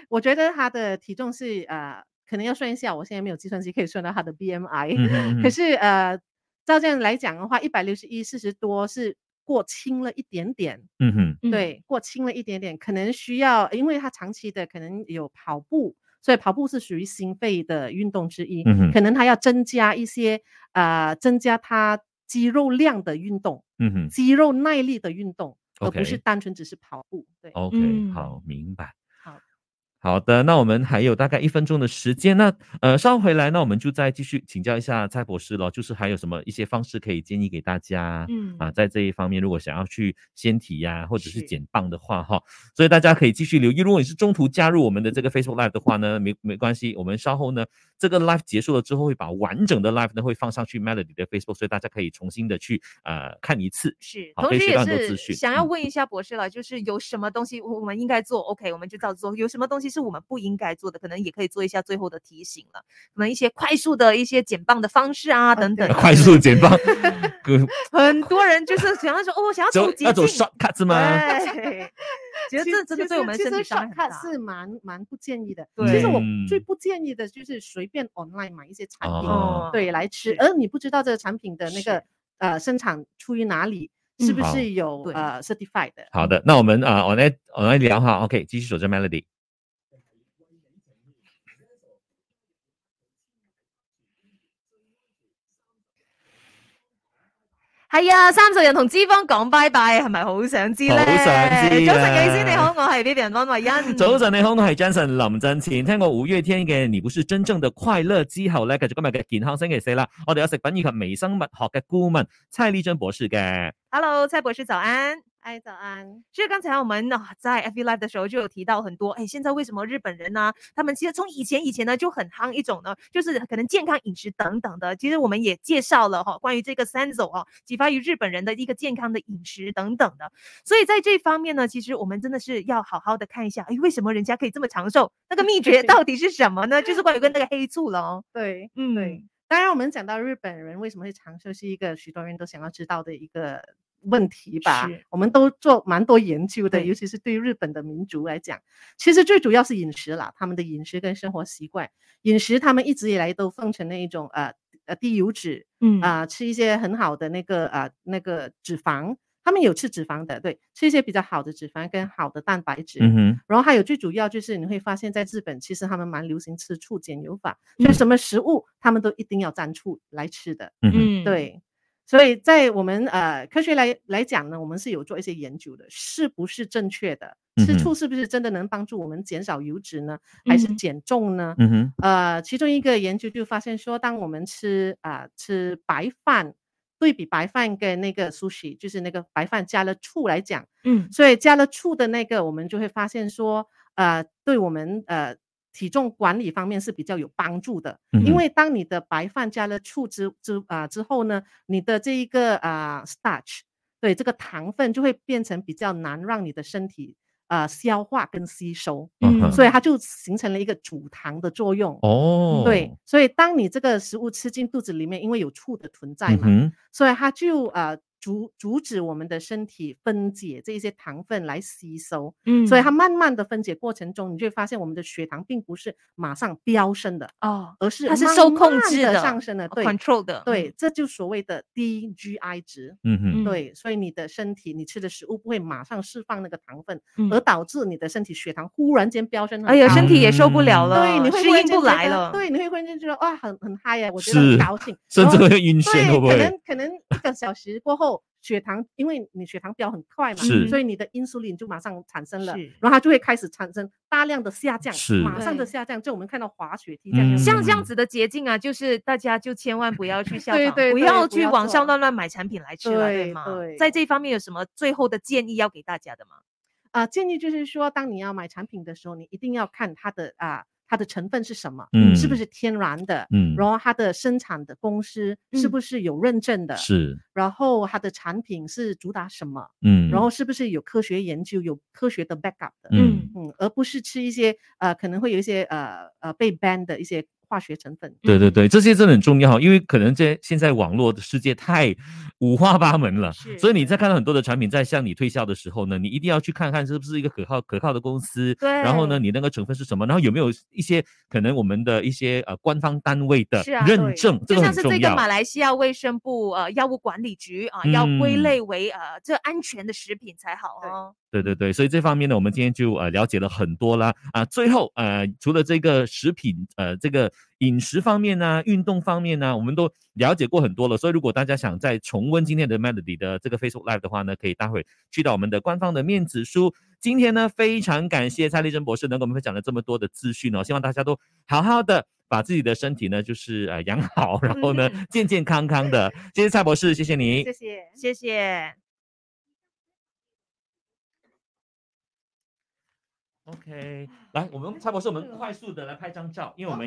S3: 我觉得他的体重是呃，可能要算一下，我现在没有计算机可以算到他的 BMI，、
S1: 嗯哼嗯
S3: 可
S1: 哼
S3: 是呃，照这样来讲的话，一百六十一四十多是过轻了一点点，
S1: 嗯哼
S2: 嗯，
S3: 对，过轻了一点点，可能需要，因为他长期的可能有跑步，所以跑步是属于心肺的运动之一，
S1: 嗯哼
S3: 可能他要增加一些呃，增加他肌肉量的运动，
S1: 嗯哼
S3: 肌肉耐力的运动，而不
S1: OK
S3: 是单纯只是跑步，对。
S1: ，OK，
S2: 嗯
S1: 好，明白。
S3: 好
S1: 好的，那我们还有大概一分钟的时间，那呃稍后回来，那我们就再继续请教一下蔡博士咯，就是还有什么一些方式可以建议给大家？
S2: 嗯
S1: 啊，在这一方面，如果想要去纤体呀、或者是
S3: 是
S1: 减磅的话，哈，所以大家可以继续留意。如果你是中途加入我们的这个 Facebook Live 的话呢，没没关系，我们稍后呢，这个 Live 结束了之后，会把完整的 Live 呢会放上去 Melody 的 Facebook，所以大家可以重新的去呃看一次。
S2: 是，
S1: 好
S2: 同
S1: 可以
S2: 时
S1: 学
S2: 也
S1: 到很多资
S2: 是
S1: 讯
S2: 想要
S1: 嗯
S2: 问一下博士了，就是有什么东西我们应该做？OK，我们就照做。有什么东西是我们不应该做的？可能也可以做一下最后的提醒了。可能一些快速的一些减磅的方式啊，等等
S3: 对。
S1: 呃快速减磅， (laughs)
S2: 很多人就是想要说，哦，我想要
S1: 走
S2: 走捷
S1: 要走
S2: 径，
S1: shortcut 是
S3: 哎
S1: 吗？ (laughs)
S3: 对，
S2: 觉得
S3: 其
S2: 这真的
S3: 其
S2: 对我
S3: 实
S2: 们
S3: 其
S2: 身体
S3: 实
S2: 伤害很
S3: shortcut
S2: 大。
S3: 是蛮蛮不建议的。
S2: 对
S3: 其实我
S1: 嗯
S3: 最不建议的就是随便 online 买一些产品，
S1: 哦
S3: 对来吃
S2: 是，
S3: 而你不知道这个产品的那
S2: 是
S3: 个呃生产出于哪里，是
S2: 嗯
S3: 不
S1: 好
S3: 是有
S2: 对
S3: 呃 certified 的？
S1: 好的，那我们啊，我来我来聊哈，OK，继续守着 Melody。
S2: 系啊，三十人同脂肪講拜拜，係咪好想知咧？
S1: 好想知
S2: 早晨，幾先你
S1: 啊
S2: 好，我係 Vivian 温慧
S3: 嗯
S2: 欣。
S1: 早晨，你好，我系 Jason 林振前。聽過五月天嘅《你不是真正的快樂》之後咧，繼續今日嘅健康星期四啦。
S3: 嗯
S1: 我哋有食品以及微生物學嘅顧問蔡麗珍博士嘅。
S2: ，Hello，蔡博士早安。
S3: 哎，早安。
S2: 其实刚才我们啊在 FB Live 的时候就有提到很多，哎，现在为什么日本人呢、他们其实从以前以前呢就很夯一种呢，就是可能健康饮食等等的。其实我们也介绍了哈、关于这个三种哦，启发于日本人的一个健康的饮食等等的。所以在这方面呢，其实我们真的是要好好的看一下，哎，为什么人家可以这么长寿？那个
S3: (laughs)
S2: 秘诀到底是什么呢？就是关于跟那个黑醋了哦。
S3: 对，
S2: 嗯，
S3: 对当然我们讲到日本人为什么会长寿，是一个许多人都想要知道的一个问题吧
S2: 是。
S3: 我们都做蛮多研究的，
S2: 对
S3: 尤其是对日本的民族来讲，其实最主要是饮食啦，他们的饮食跟生活习惯。饮食他们一直以来都奉承那一种呃呃低油脂
S2: 嗯
S3: 啊、吃一些很好的那个啊、那个脂肪。他们有吃脂肪的，对，吃一些比较好的脂肪跟好的蛋白质。
S1: 嗯哼，
S3: 然后还有最主要就是你会发现在日本，其实他们蛮流行吃醋减油法，所以什么食物他们都一定要蘸醋来吃的。
S1: 嗯哼，
S2: 嗯，
S3: 对，所以在我们呃科学来来讲呢，我们是有做一些研究的，是不是正确的？吃
S1: 嗯哼
S3: 醋是不是真的能帮助我们减少油脂呢？还是
S2: 嗯
S3: 减重呢？
S1: 嗯哼，
S3: 呃，其中一个研究就发现说，当我们吃啊、吃白饭，对比白饭跟那个 sushi，就是那个白饭加了醋来讲。
S2: 嗯
S3: 所以加了醋的那个，我们就会发现说，呃，对我们呃体重管理方面是比较有帮助的。
S1: 嗯
S3: 因
S1: 哼
S3: 为当你的白饭加了醋之之啊、之后呢，你的这一个啊、starch，对这个糖分就会变成比较难让你的身体啊、消化跟吸收，
S1: 嗯
S2: 嗯，
S1: 哼
S3: 所以它就形成了一个阻糖的作用。
S1: 哦，
S3: 对，所以当你这个食物吃进肚子里面，因为有醋的存在
S1: 嗯
S3: 嘛，
S1: 哼，
S3: 所以它就呃阻阻止我们的身体分解这一些糖分来吸收，
S2: 嗯
S3: 所以它慢慢的分解过程中，你就会发现我们的血糖并不是马上飙升的，
S2: 哦
S3: 而是
S2: 它是受
S3: 慢
S2: 控
S3: 慢
S2: 制
S3: 地
S2: 的
S3: 上升的。对
S2: 呃，control 的，
S3: 对，这就所谓的低 GI 值。
S1: 嗯哼，
S2: 嗯
S3: 对，所以你的身体，你吃的食物不会马上释放那个糖分，
S2: 嗯，
S3: 而导致你的身体血糖忽然间飙升很高。
S2: 哎呀，身体也受不了
S1: 嗯
S2: 了，
S3: 对，你会
S2: 适
S3: 忽然
S2: 应
S3: 间
S2: 不
S3: 觉
S2: 来
S3: 得
S2: 了，
S3: 对，你会忽然间觉得哇，很很嗨呀、我觉得很
S1: 是
S3: 高兴，
S1: 甚
S3: 然
S1: 至
S3: 后
S1: 会 (laughs) 晕
S3: 对，
S1: 眩，会不
S3: 可
S1: 会？
S3: 能可能一个小时过后，血糖因为你血糖飙很快嘛，
S1: 是
S3: 所以你的因素林就马上产生了，
S2: 是
S3: 然后它就会开始产生大量的下降，
S1: 是
S3: 马上的
S2: 对
S3: 下降，就我们看到滑雪梯这样
S1: 嗯
S3: 就
S2: 像这样
S1: 嗯
S2: 子的捷径啊，就是大家就千万不要去效仿，
S3: 对对
S2: 不
S3: 对
S2: 要
S3: 不
S2: 去
S3: 要
S2: 网
S3: 做
S2: 上乱乱买产品来吃了，对
S3: 对
S2: 吗？
S3: 对
S2: 在这方面有什么最后的建议要给大家的吗？
S3: 啊、建议就是说，当你要买产品的时候，你一定要看它的啊、它的成分是什么，
S1: 嗯
S3: 是不是天然的，
S1: 嗯，
S3: 然后它的生产的公司是
S2: 嗯
S3: 不是有认证的，
S1: 是，
S3: 然后它的产品是主打什么，
S1: 嗯，
S3: 然后是不是有科学研究、有科学的 backup 的，
S1: 嗯，
S3: 嗯，而不是吃一些呃可能会有一些呃呃被 ban 的一些化学成分。
S1: 对对
S2: 嗯
S1: 对，这些真的很重要，因为可能这现在网络的世界太五花八门了。
S2: 是
S1: 啊所以你在看到很多的产品在向你推销的时候呢，你一定要去看看是不是一个可靠可靠的公司，
S2: 对，
S1: 然后呢，你那个成分是什么？然后有没有一些可能我们的一些呃官方单位的
S2: 是啊
S1: 认
S3: 对
S1: 证？这
S2: 就
S1: 个
S2: 像
S1: 很
S2: 是这
S1: 重
S2: 个
S1: 要。
S2: 马来西亚卫生部呃药物管理局啊、要归
S1: 嗯
S2: 类为呃这安全的食品才好
S3: 对
S2: 哦。
S1: 对对对，所以这方面呢，我们今天就呃了解了很多啦。啊、最后呃，除了这个食品呃这个饮食方面呢、运动方面啊呢、我们都了解过很多了。所以如果大家想再重温今天的 Melody 的这个 Facebook Live 的话呢，可以待会去到我们的官方的面子书。今天呢，非常感谢蔡丽珍博士能给我们分享了这么多的资讯哦，希望大家都好好的把自己的身体呢，就是呃养好，然后呢
S2: 嗯
S1: 健健康康的。谢谢蔡博士，谢谢你，
S3: 谢谢。
S2: 谢谢。
S1: OK，来，我们蔡博士，我们快速的来拍张照，因为我们。